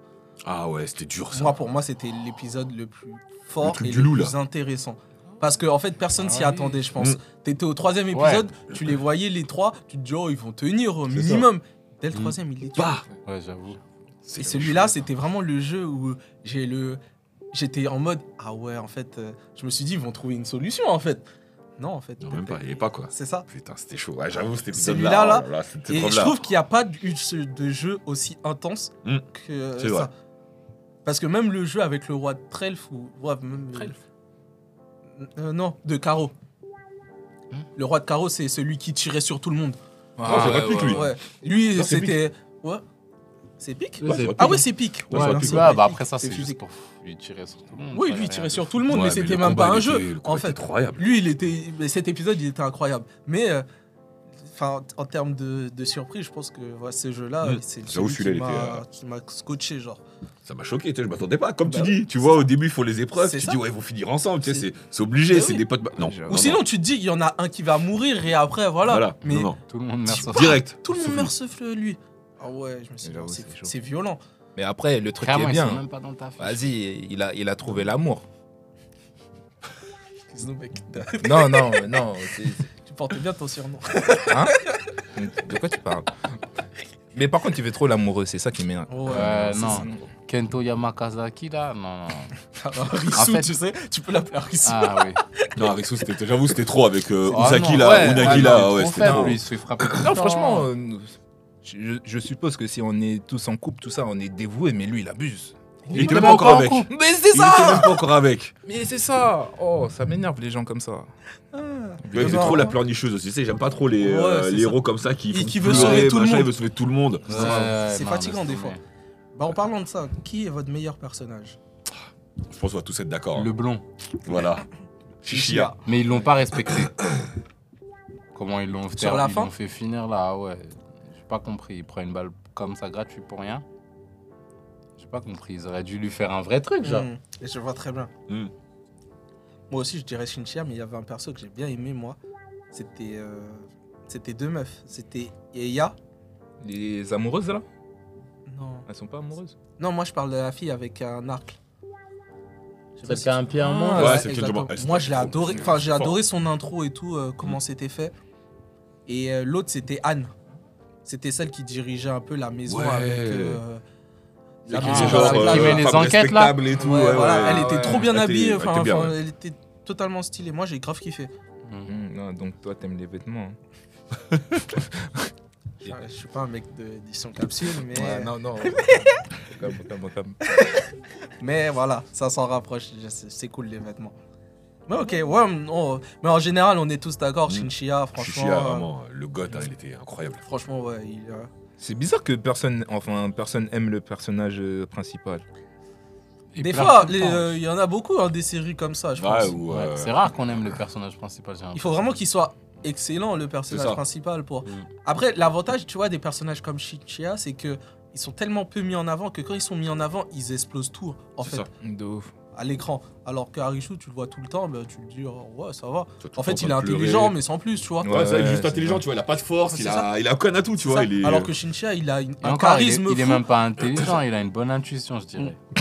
Ah ouais, c'était dur ça.
Moi, pour moi, c'était l'épisode le plus fort
truc
et
du
le
loup,
plus intéressant. Parce que, en fait, personne s'y attendait, je pense.
Mm.
T'étais au troisième épisode, tu les voyais les trois, tu te dis, oh, ils vont tenir au
C'est ça. Mm. Bah,
minimum. Dès le troisième, il les tue.
Ouais, j'avoue.
Et celui-là, c'était vraiment le jeu où j'ai le. J'étais en mode, ah ouais, en fait, euh, je me suis dit, ils vont trouver une solution, en fait. Non, en fait.
Non,
peut-être-
même pas, il y avait pas quoi.
C'est ça.
Putain, c'était chaud. Ouais, j'avoue, oh c'était
Celui-là, là, Et je trouve qu'il n'y a pas eu ce- de jeu aussi intense
Mm.
que euh,
C'est
ça.
vrai.
Parce que même le jeu avec le roi de Trelf ou. ouais, même, euh,
Trelf
euh, Non, de Carreau. Le roi de Carreau, c'est celui qui tirait sur tout le monde.
Hmm. Ah,
ouais,
c'est pas pique,
ouais,
lui.
ouais.
Ouais. Lui,
Non, c'est
c'était. Ouais. C'est pique
Ouais,
Ah ouais, c'est pique.
Ouais,
Ouais,
c'est
non,
plus
c'est vrai,
vrai,
bah après ça,
c'est
c'est juste
physique.
pour lui tirer sur tout le monde.
Oui,
ça,
lui, il
rien.
tirait sur tout le monde,
Ouais,
mais
mais
c'était
le
même pas
combat,
un
il était-
jeu.
le combat
En
était
fait,
incroyable.
lui, il était, mais cet épisode, il était incroyable. Mais euh, enfin, en termes de, de surprise, je pense que ouais, ce jeu-là,
Mm.
c'est
J'avoue,
celui
celui-là,
qui
il était,
m'a-
euh,
qui m'a scotché, genre.
Ça m'a choqué, tu sais, je m'attendais pas. Comme
Bah
tu dis, tu vois, au début, ils font les épreuves,
C'est
tu
ça.
dis, ouais, ils vont finir ensemble, tu sais,
C'est-
c'est- c'est obligé,
Mais
c'est
oui.
des potes. Non,
Ou
non,
Ou
non.
sinon, tu te dis, il y en a un qui va mourir et après, voilà.
voilà,
mais
non, non.
Tout le monde meurt sauf
direct.
tout le monde
Sauf
meurt sauf le- lui. Ah ouais, je me suis dit,
J'avoue,
c'est-
c'est chaud.
c'est violent.
Mais après, le truc qui
Clairement,
est
ils sont
bien.
même pas dans ta fiche.
Vas-y, il a, il a trouvé *laughs* l'amour.
Excuse-nous, mec. *laughs*
Non, non, non. c'est- c'est-
tu portes bien ton surnom.
Hein De quoi tu parles Mais par contre, il fait trop l'amoureux, c'est ça qui m'énerve.
Euh,
Ouais,
non. Kento Yamakazaki là
*laughs*
Non, non.
Harissou,
En fait-
tu sais, tu peux l'appeler Harissou.
Ah oui.
lui. Non, Arixou, c'était- j'avoue, c'était trop avec euh,
Ah,
Uzaki
non.
là,
Ouais,
Unagi
ah,
là, ouais,
trop
c'était
faible,
trop.
*coughs*
lui, il se fait frapper. tout le
Non,
temps.
franchement, euh, Je, je- je suppose que si on est tous en couple, tout ça, on est dévoués, mais lui, il abuse.
Il était même pas encore avec.
ah.
en couple. Mais
Il
c'est
était
ça
même pas encore avec.
Mais c'est ça Oh, ça m'énerve les gens comme ça.
Il était trop la pleurnicheuse aussi. Tu sais, j'aime pas trop les, euh,
Ouais, c'est
les
ça.
héros comme ça qui,
Et
font
qui veut
pleurer,
sauver tout le
machin,
monde.
Il veut sauver tout le monde.
c'est
Euh, non,
fatigant
laisse
des
tomber.
fois. Bah, en parlant de ça, qui est votre meilleur personnage
Je pense qu'on va tous être d'accord. hein.
Le blond.
Voilà.
Hmm.
Chichia.
Mais ils l'ont pas respecté. *coughs* Comment ils l'ont fait
Sur la
Ils
fin
l'ont fait finir là, ah ouais. J'ai pas compris. Il prend une balle comme ça gratuite pour rien. J'ai pas compris. Ils auraient dû lui faire un vrai truc, genre.
Hmm, et Je vois très bien.
Hmm.
Moi aussi, je dirais Shinchia, mais il y avait un perso que j'ai bien aimé, moi. C'était euh, c'était deux meufs. C'était Eya.
Les amoureuses, là
Non.
Elles sont pas amoureuses
Non, moi, je parle de la fille avec un arc. Je sais pas si tu-
un pied à
Ah,
Ouais,
ouais,
c'est
exactement.
exactement. Ouais, c'est
Moi,
pas
je l'ai
faux.
adoré. Enfin, j'ai
Fort.
adoré son intro et tout, euh, comment c'était fait. Et euh, l'autre, c'était Anne. C'était celle qui dirigeait un peu la maison
Ouais.
avec. euh, la
Ah,
C'est
maison
qui, genre,
avec
celle
euh,
la-
qui met les
femme
enquêtes, là.
respectable et tout,
Ouais,
ouais,
voilà,
Ah ouais.
elle était trop bien
Elle
habillée.
elle
enfin,
était bien,
enfin, euh.
ouais.
elle était totalement stylée. Moi, j'ai grave kiffé.
Mmh, non, Donc toi, t'aimes les vêtements. hein.
Enfin, Je suis pas un mec de- d'édition capsule, mais,
Ouais, non,
*laughs*
non. Calme, calme, calme.
mais voilà, ça s'en rapproche. Je- C'est c'est cool les vêtements. Mais ok, ouais, non, mais en général, on est tous d'accord.
Mm.
Shinchia, franchement,
Chichia,
euh,
vraiment, le goth, hein, il était incroyable.
franchement, ouais, il, euh,
C'est bizarre que personne, enfin, personne aime le personnage euh, principal.
Il
Des
pleure
fois,
tout le
les-
temps.
euh, il y en a beaucoup hein, des séries comme ça, je pense.
Ouais, ou,
Ouais,
euh,
C'est rare qu'on aime le personnage principal. j'ai
Il faut
l'impression.
vraiment qu'il soit excellent le
C'est
personnage
ça.
principal pour.
Mm.
Après, l'avantage, tu vois, des personnages comme Shinchia, c'est que ils sont tellement peu mis en avant que quand ils sont mis en avant, ils explosent tout en
C'est
fait
ça.
De ouf.
à l'écran. Alors que Harishu, tu le vois tout le temps, bah, tu le dis, oh, ouais, ça
Toi,
va.
tout
En
le temps
fait, il est
train de pleurer.
intelligent, mais sans plus, tu vois.
Ouais, c'est vrai,
Ouais,
juste
c'est
intelligent,
ça.
tu vois, il a pas de force,
C'est
il
ça.
a, il a aucun atout, tu
C'est
vois.
ça.
Il est...
Alors que Shinchia, il a une-
Et
un
encore, il est-
charisme
il est
fou.
même pas intelligent, il a une bonne intuition, je dirais.
Mm.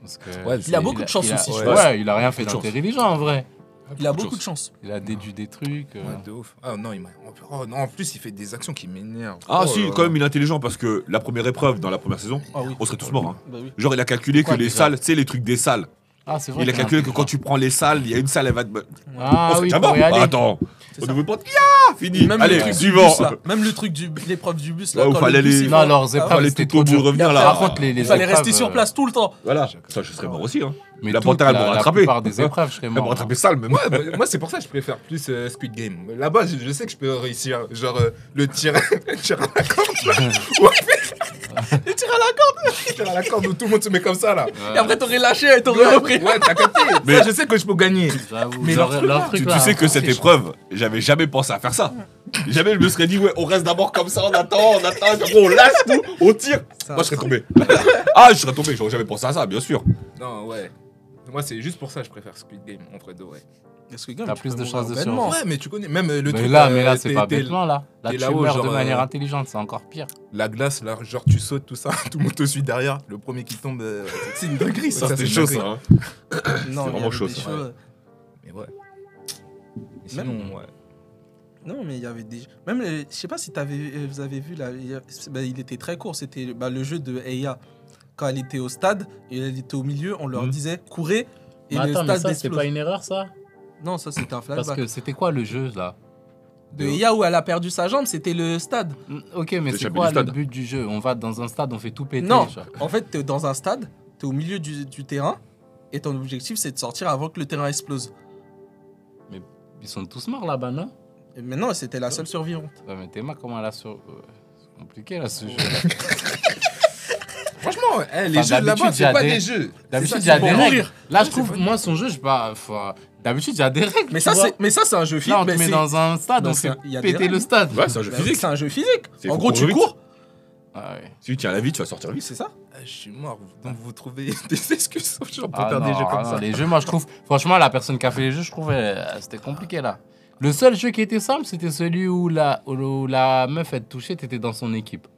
Parce que
Ouais,
Il a beaucoup de chance
il a-
aussi, je
ouais,
pense.
ouais, il a rien fait
Beaucoup de chance.
d'intelligent en vrai.
Il a beaucoup de chance.
Il a déduit des trucs. euh,
Ouais, de ouf. Ah non, il m'a. Oh non, en plus, il fait des actions qui m'énervent.
Ah
Oh
si,
là là.
quand même, il est intelligent parce que la première épreuve dans la première saison,
Ah oui.
on serait tous morts. hein.
Bah oui.
Genre, il a calculé
Pourquoi
que les
déjà
salles, tu sais, les trucs des salles.
Ah, c'est vrai.
Il a
qu'il est
calculé que quand
intelligent.
tu prends les salles, il y a une salle, elle va te. on
Ah
serait
oui,
déjà
pour
mort.
y aller.
Bah, attends,
C'est
on
ça.
devait pas. Ya Ah, Fini
Même le
Allez,
truc du
suivant
bus, là. Même le truc du l'épreuve du bus là.
Ouais, où
quand
fallait
le bus,
aller-
il
Non,
va-
leurs
Ah,
épreuves,
Fallait
c'était
tout au
trop
bout
dur.
revenir là.
Par contre, les, les
Il fallait
épreuves,
rester sur
euh,
place tout le temps.
Voilà, ça, je serais mort aussi. Hein.
Mais
La
toute
panthère, elle
la,
m'a
la
rattrapé.
plupart des épreuves, je serais
Elle m'a
mort.
rattrapé sale, même.
Ouais, bah, moi, c'est pour ça que je préfère plus euh, Squid Game. Là-bas, je, je sais que je peux réussir. Genre, euh, le tir, *laughs* le tir à la
*laughs*
corde. là. Ouais, mais- *laughs* le tir à la corde. Le tir à la corde où tout le monde se met comme ça, là.
Ouais,
Et après, t'aurais lâché et t'aurais
Ouais,
repris.
ouais, t'as capté.
*laughs* Mais-
Ça, je sais que je peux gagner.
J'avoue.
Mais leur
leur,
truc,
leur
là,
truc
Tu, tu
là.
sais que cette épreuve, j'avais jamais pensé à faire ça. Jamais je me serais dit, ouais, on reste d'abord comme ça, on attend, on attend, puis après,
*laughs*
on lâche tout, on tire.
Ça,
Moi, je serais tombé. ah, je serais tombé, j'aurais jamais pensé à ça, bien sûr.
Non, ouais. Moi, c'est juste pour ça que je préfère Squid Game, en vrai, de vrai.
Parce que, gars,
T'as
tu
plus
peux
de
mourir
chances de
bêtement.
survivre.
Ouais, mais tu connais, même euh, le
mais
truc,
là,
euh,
mais là, c'est
t'es-
pas
t'es-
bêtement là. Là,
t'es
tu
là-haut,
meurs de
genre,
manière
euh,
intelligente, c'est encore pire.
La glace, là, genre, tu sautes, tout ça, *laughs* tout le monde te suit derrière. Le premier qui tombe, euh, c'est une dinguerie,
Ça,
ça.
c'était
c'est
chaud,
une dinguerie.
ça. hein.
Non, il y
vraiment
avait
chaud,
des
ça,
choses-
Mais ouais. Mais
Même-
sinon, ouais.
Non, mais il y avait des. Même, euh, je sais pas si t'avais, euh, vous avez vu, là, il, y a- c'est- bah, il était très court. C'était bah, le jeu de Eya. Quand elle était au stade, et elle était au milieu, on leur
Mhm.
disait courez. Et le stade explose.
une erreur ça
Non, ça c'était un flashback.
Parce que c'était quoi le jeu là
De Eya où elle a perdu sa jambe, c'était le stade.
Mm, Ok, mais c'est
Échapper
quoi
du
le
stade.
but du jeu On va dans un stade, on fait tout péter.
Non.
genre.
En fait, t'es dans un stade, t'es au milieu du, du terrain, et ton objectif c'est de sortir avant que le terrain explose.
Ils sont tous morts là-bas, non
Et maintenant, c'était la seule survivante.
Ouais, mais Théma, comment elle a sur. euh, C'est compliqué là ce
Oh,
jeu. là.
Franchement, eh, les
Enfin,
jeux de là-bas,
d'habitude, il y
c'est
a
pas
des-
des jeux.
D'habitude,
C'est
il y
ça,
a
c'est
des
pour
règles.
mourir.
Là, je trouve, moi, son jeu, je sais pas. faut- D'habitude, il y a des règles.
Mais
tu
ça,
vois.
c'est, mais ça, c'est un jeu physique.
Là, on te
mais
met
c'est-
dans un stade,
Bah,
on
c'est-
fait
il y a des
péter le
règles.
stade.
Ouais, c'est un jeu
Bah,
physique.
C'est un jeu physique.
C'est-
En
faut
gros, tu
courir vite.
cours.
Ah ouais.
Si tu tiens la vie, tu vas sortir
Oui,
vite.
c'est ça.
Ah, je suis mort. Donc vous trouvez *laughs* des excuses aux gens pour
Ah
faire
non,
des jeux
ah
comme
non,
ça.
Les jeux, moi, je trouve. Franchement, la personne qui a fait les jeux, je trouvais. euh, C'était compliqué là. Le seul jeu qui était simple, c'était celui où la, où la meuf, elle te touchait, t'étais dans son équipe.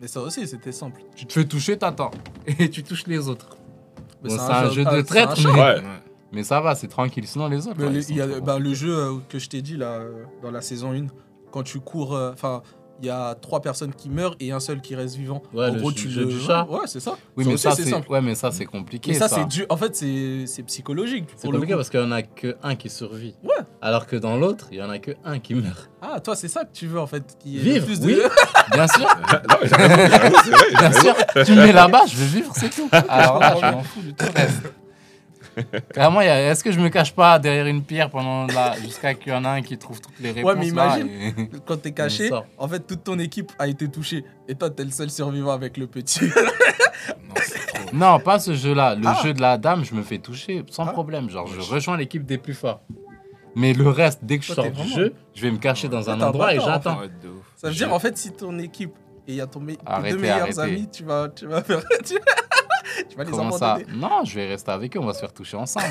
Mais ça aussi, c'était simple.
Tu te fais toucher, t'attends. *laughs* Et tu touches les autres.
Mais
Bon, c'est un jeu de
ah, c'est un
traître,
chat.
mais,
Ouais.
mais ça va, c'est tranquille. Sinon, les autres.
Mais
ouais,
le, bah,
ils sont
il y a-
trop
bah, le jeu euh, que je t'ai dit là, euh, dans la saison 1, quand tu cours, euh, enfin, il y a trois personnes qui meurent et un seul qui reste vivant.
Ouais,
en
le
gros,
jeu-
tu
jeu
le.
du chat.
Ouais, c'est ça.
Oui, mais ça,
aussi, c'est
c'est
simple.
ouais, mais ça, c'est compliqué.
Mais ça, c'est dû. En fait, c'est c'est psychologique.
C'est
pour le
compliqué
coup.
parce qu'il n'y en a que un qui survit.
Ouais.
Alors que dans l'autre, il y en a que un qui meurt.
Ah, toi, c'est ça que tu veux en fait. Qui
Vivre,
plus *laughs*
oui,
de...
bien sûr.
Non, mais t'as raison, t'as raison, c'est vrai,
Bien
t'as
sûr, *laughs* tu me mets là-bas, je vais vivre, c'est tout. Alors là, je
Vraiment.
m'en fous du tout le reste. Clairement, il y a- est-ce que je me cache pas derrière une pierre pendant là, jusqu'à qu'il y en a un qui trouve toutes les réponses
mais
là,
imagine.
et-
*laughs* Quand t'es caché,
sort.
en fait, toute ton équipe a été touchée. Et toi, t'es le seul survivant avec le petit.
Non,
*laughs*
c'est trop.
Non, pas ce jeu-là. Le
Ah.
jeu de la dame, je me fais toucher sans
Ah.
problème. Genre, je rejoins l'équipe des plus forts. Mais le reste, dès que je sors
Toi, t'es
du
vraiment-
jeu, je vais me cacher dans
Toi,
un
t'es un
endroit et
bâtard, en
j'attends.
Ouais, de ouf.
Ça veut
Je-
dire, en fait, si ton équipe et il y a ton me- tes
Arrêtez,
deux meilleurs
arrêtez.
amis, tu vas, tu vas faire. *laughs* Tu, tu vas les
Comment ça
abandonner.
Non, je vais rester avec eux, on va se faire toucher ensemble.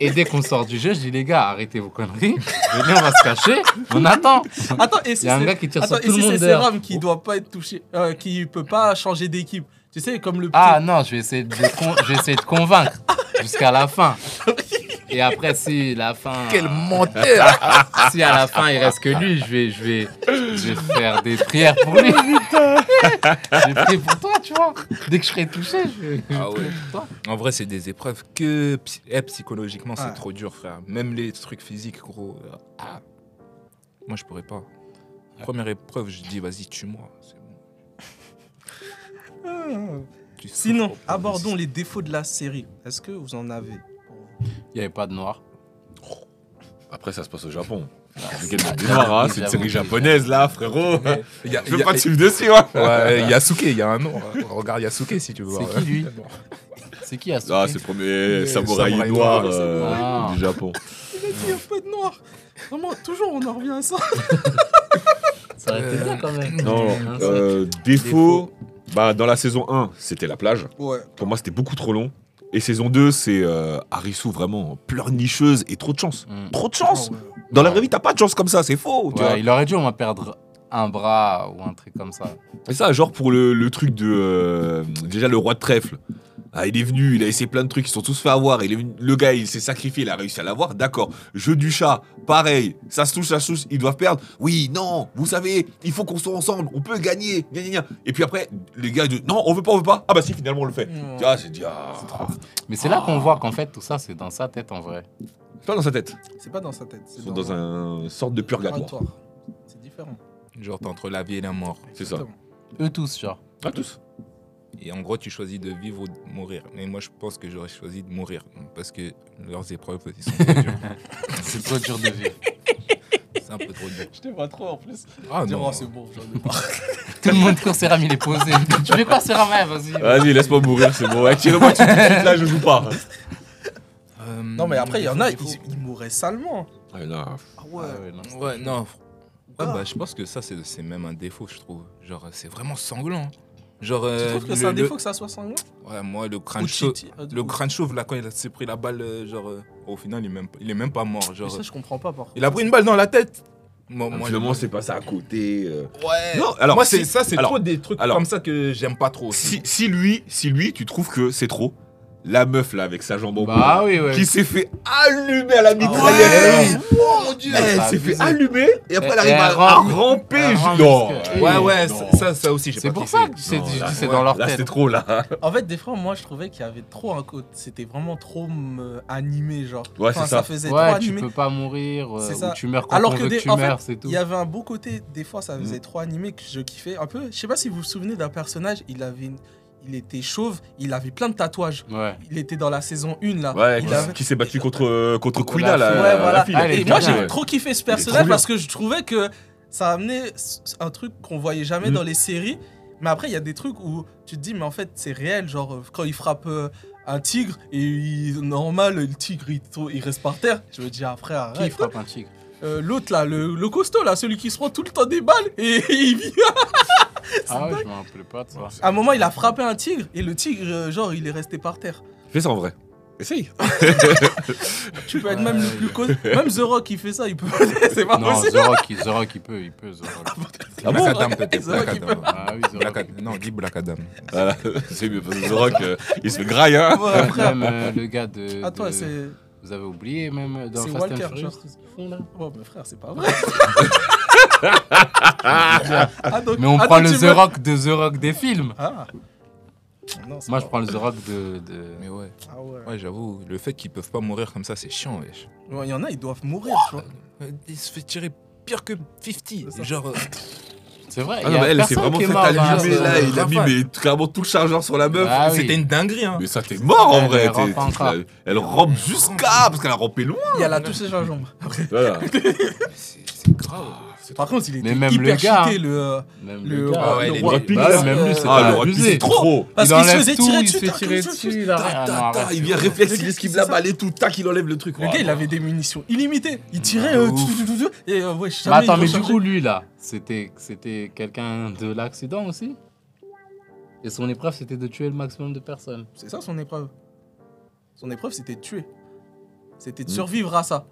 Et dès qu'on sort du jeu, je dis les gars, arrêtez vos conneries. Venez, on va se cacher. On attend.
Attends, et
Il
si
y a un
c'est
gars qui tire
Attends,
sur
et
tout
si
le
c'est
monde dehors.
Séram qui doit pas être touché, euh, qui peut pas changer d'équipe Tu sais, comme le petit.
Ah non, je vais essayer de, con- je vais essayer de convaincre jusqu'à la fin. Et après, si la fin. euh,
Quel menteur
Si à la fin il reste que lui, je vais, je vais, je vais faire des prières pour lui. J'ai prié pour toi, tu vois. Dès que je serai touché, je vais.
Ah ouais.
Toi.
En vrai, c'est des épreuves que psy- eh, psychologiquement, c'est
Ouais.
trop dur, frère. Même les trucs physiques, gros. euh, ah. Moi, je pourrais pas. Première épreuve, je dis, vas-y, tue-moi. C'est bon. Tu souffres
Sinon,
pour le
abordons
système.
les défauts de la série. Est-ce que vous en avez
Il n'y avait pas de noir.
*laughs* Après, ça se passe au Japon. C'est *laughs*
j'avoue,
hein, c'est une
j'avoue
série
que-
japonaise là, frérot.
Il y a-
Je
il y
peux
a-
pas te suivre dessus, hein.
*laughs* Ouais, il y a Yasuke, il y a un nom. Regarde Yasuke si
Bah
tu veux.
C'est
voir.
qui, lui C'est qui à ce
Ah,
prix
c'est le premier
Mais
samouraï
samouraï
noir
noir,
euh,
samouraï.
du Japon.
Il y a pas de noir Vraiment, toujours on en revient à ça.
Ça aurait été bien quand même.
Non,
Hein, ça-
euh, défaut, bah, dans la saison 1, c'était la plage.
Ouais. *laughs*
Pour moi, c'était beaucoup trop long. Et saison 2, c'est euh, Harisu vraiment pleurnicheuse et trop de chance.
Mm.
Trop de chance
Ah
Dans la vraie vie, t'as pas de chance comme ça, c'est faux. tu
Ouais,
vois.
il aurait dû au moins perdre un bras ou un truc comme ça.
Et ça, genre pour le, le truc de. euh, déjà, le roi de trèfle. Ah, il est venu, il a essayé plein de trucs, ils se sont tous fait avoir. Il est venu- le gars, il s'est sacrifié, il a réussi à l'avoir. D'accord. Jeu du chat, pareil. Ça se touche, ça se touche, ils doivent perdre. Oui, non, vous savez, il faut qu'on soit ensemble, on peut gagner. gna, gna, gna. Et puis après, les gars, ils disent, non, on veut pas, on veut pas. Ah bah si, finalement, on le fait.
Non.
Tu vois, j'ai dit, ah, c'est trop.
Mais c'est là
Ah.
qu'on voit qu'en fait tout ça c'est dans sa tête en vrai.
Pas dans sa tête.
C'est pas dans sa tête. C'est
Ils sont dans un sorte de purgatoire.
purgatoire. C'est différent.
Genre, t'es entre la vie et la mort.
C'est ça.
Exactement.
Eux tous, genre.
À tous.
Et en gros, tu choisis de vivre ou de mourir. Mais moi, je pense que j'aurais choisi de mourir. Parce que leurs épreuves, ils sont trop dures.
C'est trop dur de vivre.
C'est un peu trop dur.
Je te vois trop en plus.
Ah
Dire,
non.
oh, c'est bon, j'en
*laughs*
ai marre.
Tout le monde court, Seram il est posé. tu fais quoi Seram Ouais, Vas-y.
Vas-y, laisse-moi mourir, c'est bon. Ouais, Tire-moi tout de suite, là, je joue pas.
Euh,
Non, mais après, il y en a,
défaut,
ils, ils mourraient salement. hein.
Ouais, non,
Ah
Ah
ouais.
ouais, non.
défaut. Ouais, non. Ouais, bah, je pense que ça, c'est c'est même un défaut, je trouve. Genre, c'est vraiment sanglant. Genre,
Tu
euh,
trouves que
le-
c'est un
le-
défaut que ça soit sanglant
Ouais, moi, le crâne
Ou
chauve.
cheat- euh,
Le
ou-
crâne chauve, là, quand il a- s'est pris la balle, euh, genre, euh, au final, il est même, il est même pas mort.
Mais
Genre, euh,
ça, je Ah, comprends pas par contre.
il a pris une balle dans la tête. Moi,
Moi,
moi,
Finalement, c'est passé à côté. euh.
je- Ouais.
Non, alors,
moi, c'est
si-
ça, c'est
alors,
trop des trucs
alors.
comme ça que j'aime pas trop.
Si, si lui, si lui, tu trouves que c'est trop, la meuf là avec sa jambe en
Bah
bois,
oui, ouais.
qui s'est fait allumer à la
ouais.
mitraillette. Oh mon dieu,
Ah,
elle
bah,
s'est fait
abusé.
allumer et après elle
Et-
arrive
et
à,
elle
à
rampe.
ramper.
Elle rampe
je- Non,
jusque-
ouais,
Ouais, ouais,
non.
ça, ça, ça aussi, j'ai
Oh, C'est
pas
pour
kiffé.
ça que c'est
Non,
je dis
là,
c'est dans leur
Là, c'était
tête.
trop là.
En fait, des fois, moi, je trouvais qu'il y avait trop un côté. C'était vraiment trop euh, animé, genre.
Ouais,
Enfin,
c'est ça.
faisait trop
Ouais, tu
animé.
peux pas mourir, euh,
C'est
ou
ça.
tu meurs quand
Alors
on
que
veut
des-
que tu
en fait,
meurs, c'est tout. Mm.
Il y avait un beau côté, des fois ça faisait trop animé que je kiffais un peu. Je sais pas si vous vous souvenez d'un personnage, il avait une- il était chauve, il avait plein de tatouages.
Ouais.
Il était dans la saison 1 là.
Ouais,
il
qui,
avait-
qui s'est battu contre euh, contre
la
Quina là.
fille.
Ouais,
la
voilà.
fille, là.
Ah, elle est
Et moi
bien,
j'ai
ouais.
trop kiffé ce
trop
personnage
bien.
parce que je trouvais que ça amenait s- un truc qu'on voyait jamais
Mm.
dans les séries. Mais après, il y a des trucs où tu te dis, mais en fait, c'est réel. Genre, euh, quand il frappe euh, un tigre, et il- normal, le tigre, il, to- il reste par terre. Je me dis,
Qui
après, arrête.
frappe un tigre
Euh, L'autre, là, le, le costaud, là, celui qui se prend tout le temps des balles, et *laughs* il vit
Ah ouais, je m'en rappelais pas de ça.
À un moment, il a frappé un tigre et le tigre, euh, genre, il est resté par terre.
Fais ça en vrai. Essaye.
Tu peux être même le plus cause. Même The Rock, il fait ça, il peut. *laughs* c'est pas
Non,
possible.
The Rock, il- The Rock, il peut, il peut, The Rock.
Black
Ah bon
Adam,
*laughs*
peut-être.
C'est vrai
Black
qu'il
Adam.
Ah oui, The Rock.
Black Adam. Non, dis Black Adam.
Voilà. C'est mieux parce que The Rock, euh, il se fait graille hein.
Ouais, après,
*laughs* Même euh, le gars de.
Attends,
de-
c'est.
Vous avez oublié, même euh, dans
C'est
Fast and
Walker,
Furious,
genre.
tout ce qu'ils font là *laughs*
Oh, mais frère, c'est pas vrai. donc-
Mais on
ah,
prend
donc
le
tu
The
veux-
Rock de The Rock des films.
Ah. Non, c'est
Moi,
pas
je prends le The Rock de. de...
Mais ouais,
vrai. Ah ouais.
ouais j'avoue, le fait qu'ils peuvent pas mourir comme ça, c'est chiant, wesh.
Ouais, Il y en a, ils doivent mourir, tu vois.
Euh, Il se fait tirer pire que 50. Genre, euh,
C'est vrai.
Ah
il
*laughs* non,
y a
mais elle, elle s'est
personne
vraiment
qui est
fait
mort dans la
allumer
saison.
là. Il a mis
Rafa.
mais, clairement tout le chargeur sur la meuf.
Ah oui.
c'était une dinguerie, hein.
Mais ça, t'es mort en
Elle
vrai.
rampe
t'es- t'es-
encore.
elle- elle rampe jusqu'à. Parce qu'elle a rampé loin.
Il y a la touche des gingembre. *laughs*
Voilà.
C'est c'est grave.
Par contre, il
Mais
était
même
hyper
le gars, hein.
cheaté, le. euh,
Même
Le,
le gars.
Ah ouais,
le
les
roi
Brad Pitt,
Pitt,
là.
euh,
même lui, c'est
Ah,
pas
le rugby,
abusé.
c'est trop.
Parce
il
qu'il se
enlève
faisait
tout,
tirer
il se fait
dessus. tac,
tirer
tac, tac.
dessus, il a rien. Ah non, arrête,
il
tu
vient
vois.
réflexe,
Le
il
gars,
esquive
c'est
la
ça.
balle et tout. Tac, il enlève le truc.
Le gars, il avait des munitions illimitées. Il tirait. euh, tout, tout, tout, tout, et euh, ouais,
Mais
jamais
attends,
il
mais du
rechargeait.
coup, lui là, c'était c'était quelqu'un de l'accident aussi Et son épreuve, c'était de tuer le maximum de personnes.
C'est ça son épreuve. Son épreuve, c'était de tuer. C'était de
Hmm.
survivre
*laughs*
à ça.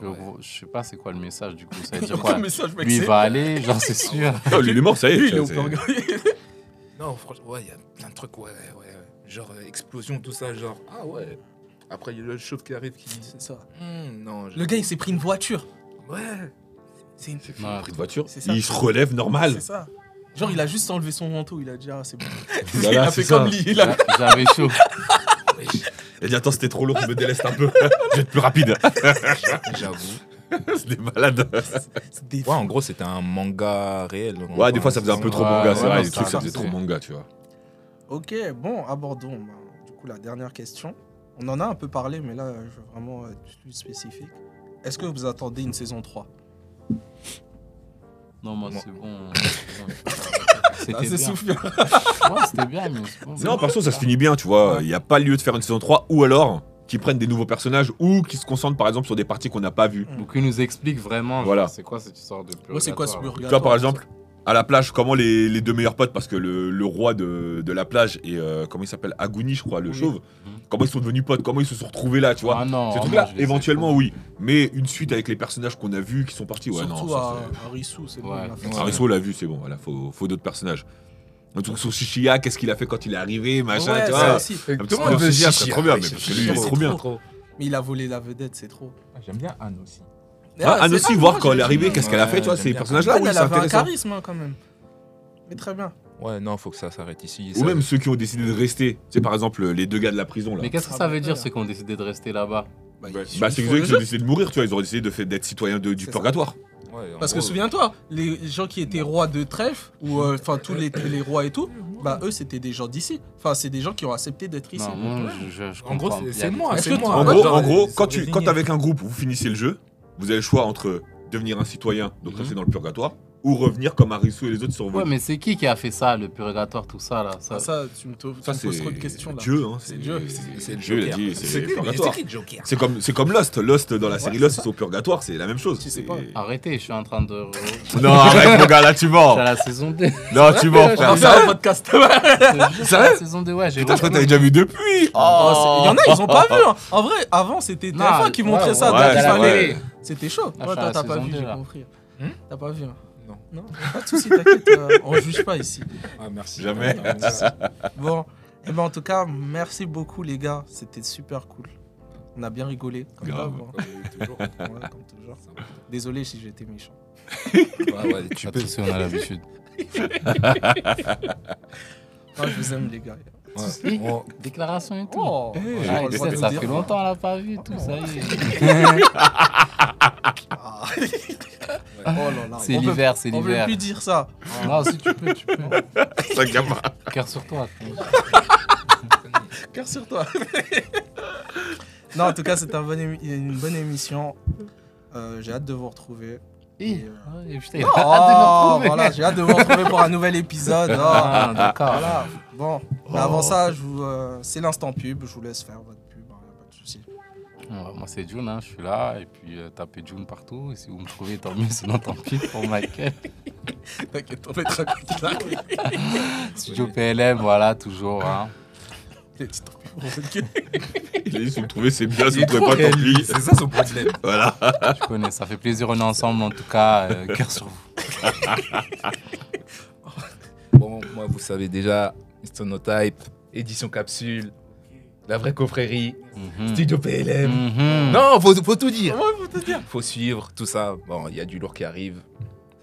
Je,
Ouais.
je sais pas c'est quoi le message du coup. Ça
*laughs*
veut dire quoi
Mais ça, je
Lui, il
m'excuse.
va aller, j'en suis sûr.
Non, lui, il est mort, ça y est.
Lui, il est au
c'est-
purgatoire.
Non, franchement, ouais, il y a plein de trucs, ouais, ouais, ouais. Genre, euh, explosion, tout ça, genre, ah ouais. Après, il y a le chauve qui arrive qui dit,
*laughs* C'est ça.
Hum, non, je-
Le gars, il s'est pris une voiture.
Ouais.
C'est une-
Il a
Ouais.
pris de voiture.
C'est ça.
Il se relève normal.
C'est ça. Genre, il a juste enlevé son manteau. Il a dit, ah, c'est bon. *laughs* il
Voilà,
a
c'est
fait
ça.
comme lui. Il a...
J'avais chaud.
Il a dit Attends, c'était trop lourd, je me déleste un *laughs* peu. Je vais être plus rapide.
*laughs* J'avoue.
C'est des malades.
C'est des
Ouais, en gros, c'était un manga réel. hein, en
Ouais, des
gros,
fois, ça faisait un peu trop
Ouais,
manga. C'est
ouais,
vrai,
non,
les
ça,
trucs, ça
ça,
faisait
c'est-
trop manga, tu vois.
Ok, bon, abordons bah, du coup la dernière question. On en a un peu parlé, mais là, je veux vraiment être plus spécifique. Est-ce que vous attendez une saison 3
Non, moi,
Moi.
c'est bon. C'était
Ah, c'est
bien.
*laughs*
Soufiane.
Ouais, c'était bien, mais c'est bon.
Non, perso, ça se finit Eh bien, tu vois. Il n'y a pas lieu de faire une saison 3 ou alors qu'ils prennent des nouveaux personnages ou qu'ils se concentrent par exemple sur des parties qu'on n'a pas vues.
Donc, il nous explique vraiment. genre,
Voilà.
C'est quoi cette histoire de
Ouais, c'est quoi ce
purgatoire,
Tu
purgatoire
vois, par exemple, à la plage, comment les, les deux meilleurs potes, parce que le, le roi de, de la plage et euh, comment il s'appelle Agouni, je crois, le
Oui.
chauve,
Mhm.
comment ils sont devenus potes, comment ils se sont retrouvés là, tu vois.
Ah non.
Ces
ah
trucs-là,
non, je les
éventuellement,
sais
oui. Mais une suite avec les personnages qu'on a vus qui sont partis, ouais,
Surtout
non. ça,
à,
c'est-
à Rissou, c'est bon.
Ouais.
on a fait
Ouais.
ça.
Ah, Risso l'a vu, c'est bon, voilà, faut, faut d'autres personnages. Un truc sur Shishiya, qu'est-ce qu'il a fait quand il est arrivé, machin,
Ouais,
tu
ça
vois.
aussi.
Euh,
Tout
tout le
le
monde
monde
veut
se dit, ah, c'est
Chichi,
trop bien,
ouais,
mais parce que
Chichi,
lui, il est
c'est
trop bien.
Mais il a volé la vedette, c'est trop.
J'aime bien Anne aussi.
Ah, Anne
c'est-
aussi,
ah,
voir
moi,
quand elle est
j'ai-
arrivée, qu'est-ce qu'elle a
Ouais,
fait, tu vois,
j'aime
ces
bien.
personnages-là,
Anne,
oui,
elle
c'est
avait un
intéressant.
charisme hein, quand même. Mais très bien.
Ouais, non, faut que ça s'arrête ici.
Ou
ça-
même ceux qui ont décidé de rester, tu sais, par exemple, les deux gars de la prison, là.
Mais qu'est-ce que
Ah,
ça veut dire, ceux qui ont décidé de rester là-bas
Bah,
Bah, c'est
ils
que
font
ceux qui
le
ont
jeu.
décidé de mourir, tu vois, ils ont décidé de fait- d'être citoyens de- du
C'est ça.
purgatoire.
Ouais, en
Parce
Oh.
que
gros,
souviens-toi, les gens qui étaient rois de trèfle, ou euh, enfin tous les, les rois et tout, bah eux c'était des gens d'ici. Enfin, c'est des gens qui ont accepté d'être ici.
Non, moi, je- je je
En gros,
comprends.
c'est-
Il y a
c'est
des
moi,
trucs-
c'est
Est-ce que
moi.
tu-
En
Ouais,
gros,
genre,
en gros
ils sont
quand, tu,
résignés.
quand avec un groupe, vous finissez le jeu, vous avez le choix entre devenir un citoyen, donc
Mhm.
rester dans le purgatoire, ou revenir comme Arisu et les autres sur
Ouais, mais c'est qui qui a fait ça, le purgatoire, tout ça là
Ah,
ça...
ça, tu me, to- tu
Ça,
me
c'est
poses trop de questions là.
Dieu, hein,
C'est Dieu.
C'est le
Dieu, il a
Joker.
dit, c'est
C'est
le
qui-
purgatoire.
c'est qui le Joker
C'est comme, c'est comme Lost. Lost, dans la
Ouais,
série
c'est
Lost,
ça.
c'est au purgatoire, c'est la même chose.
Tu sais
c'est-
pas.
Ah.
Arrêtez, je suis en train de. re-
Non, arrête, mon gars, là, tu
C'est
mens.
à la saison
*laughs*
2.
Non, tu
*laughs*
mens,
On va
frère.
faire un podcast. *laughs*
C'est la saison 2, ouais, j'ai
Putain, je crois que t'avais
reconnu.
déjà vu depuis.
Oh, c'est- Il y en a, ils ont pas vu. hein. En vrai, avant, c'était
Non,
TF1 qui
ouais,
montrait
ouais,
ça.
ouais,
donc il
ouais.
fallait- C'était chaud.
Ah,
Ouais,
je suis à
toi,
la
t'as pas
saison
vu,
deux,
j'ai
là.
compris.
Hmm
T'as pas vu. hein.
Non.
Non, pas de soucis, t'inquiète. euh, on juge pas ici.
Ah, merci.
Jamais.
*laughs*
Bon, et ben en tout cas, merci beaucoup les gars. C'était super cool. On a bien rigolé. Comme
Grave.
Ah,
d'hab, hein.
bah,
Ouais, comme toujours. Désolé si j'étais méchant.
Ouais, ouais, tu peux.
Attention, on a l'habitude.
Moi, je vous aime les gars.
Ouais, on-
Déclaration et tout.
Oh,
Eh,
j'ai
Ah,
pas le
il
droit
sait,
de
ça
dire.
fait longtemps, on l'a pas vu, tout ça y est.
Ah. *laughs* Oh là là.
C'est
on peut-
l'hiver, c'est
On veut
l'hiver.
plus dire ça.
Non, si tu peux, tu peux.
Ça, gamin.
*laughs* Cœur sur toi.
Cœur sur toi. *laughs* non, en tout cas, c'était un bon émi- une bonne émission. Euh, j'ai hâte de vous retrouver.
Et putain, il a
Oh,
hâte de le retrouver.
voilà, j'ai hâte de vous retrouver pour un nouvel épisode. Oh.
Ah, d'accord.
Voilà. Bon, mais
Oh.
avant ça, je vous, euh, c'est l'instant pub. Je vous laisse faire votre pub. hein, y a pas de souci.
Ouais, Moi, c'est June, hein, je suis là. Et puis, euh, tapez June partout. Et si vous me trouvez, tant mieux. *laughs* Sinon, tant pis pour
*laughs*
Michael.
T'inquiète, on va être à côté de la- *laughs*
Studio PLM, voilà, toujours. hein.
T'es- t'es tombé pour votre gueule.
Il a dit, si vous le trouvez, c'est bien, si vous le trouvez pas, tant pis.
C'est ça son problème.
Voilà.
Je connais, ça fait plaisir. On est ensemble, en tout cas. euh, cœur sur vous.
Bon, moi, vous savez déjà, Stonotype, édition capsule, la vraie coffrerie,
Mhm.
studio PLM.
Mhm.
Mm.
Non, faut, faut tout dire.
Ouais, vous te dire.
Faut suivre tout ça. Bon, il y a du lourd qui arrive.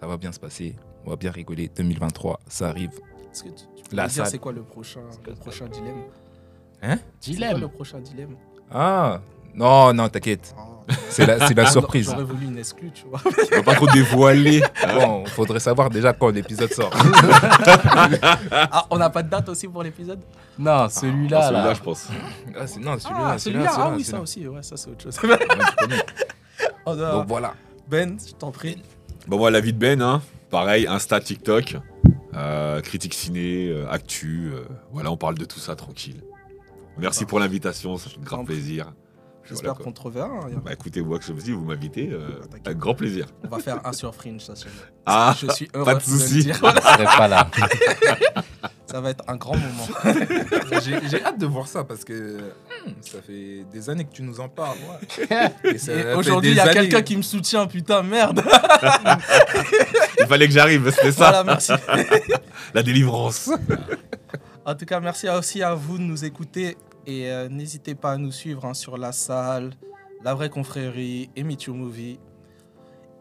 Ça va bien se passer. On va bien rigoler. 2023, ça arrive.
Est-ce que tu, tu peux
La
me dire
salle.
c'est quoi le prochain, le prochain dilemme
Hein
C'est quoi le prochain dilemme
Ah non, non, t'inquiète. C'est la, c'est la
Ah,
surprise.
J'aurais voulu une exclue, tu vois.
On va pas trop dévoiler.
Bon, faudrait savoir déjà quand l'épisode sort.
Ah, on n'a pas de date aussi pour l'épisode
Non, celui-là,
Ah, celui-là,
là.
je pense.
Ah, c'est- non, celui-là,
Ah, celui-là, ah oui, ça aussi, ouais, ça c'est
*laughs*
autre chose. *laughs*
celui-là. Ouais, tu connais.
Oh, non.
Donc voilà.
Ben, je t'en prie.
Bon, moi, la vie de Ben, hein, pareil, Insta, TikTok, euh, critique ciné, euh, actu. euh, voilà, on parle de tout ça tranquille. Merci pour l'invitation, ça fait
Grand
grand plaisir.
J'espère
Voilà, quoi.
qu'on te reverra. hein, y a-
Bah écoutez, moi que je me dis, vous m'invitez, euh,
T'inquiète.
avec grand plaisir.
On va faire un sur Fringe, ça c'est
Ah,
Je suis heureux
pas de
le
soucis. *laughs*
dire.
Je serai pas là.
Ça va être un grand moment.
*laughs*
J'ai j'ai hâte de voir ça parce que hmm, ça fait des années que tu nous en parles.
*laughs*
Et ça
Et
fait
Aujourd'hui, il y
des
a
années-
quelqu'un qui me soutient, putain, merde.
*laughs* Il fallait que j'arrive, c'était ça,
voilà, merci.
*laughs* la délivrance.
*laughs* En tout cas, merci à- aussi à vous de nous écouter et euh, n'hésitez pas à nous suivre hein, sur La Salle, La Vraie Confrérie et Me Too Movie.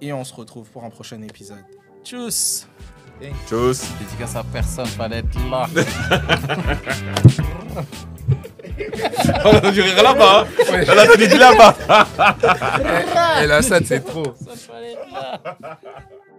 Et on se retrouve pour un prochain épisode. Tchuss
Tchuss.
Dédicace à personne, fallait être
*laughs*
là.
*laughs* On a dû rire là-bas. hein.
Ouais. Eh,
Elle a
*laughs*
dit là-bas.
Et là, ça, c'est trop.
Personne, fallait être là.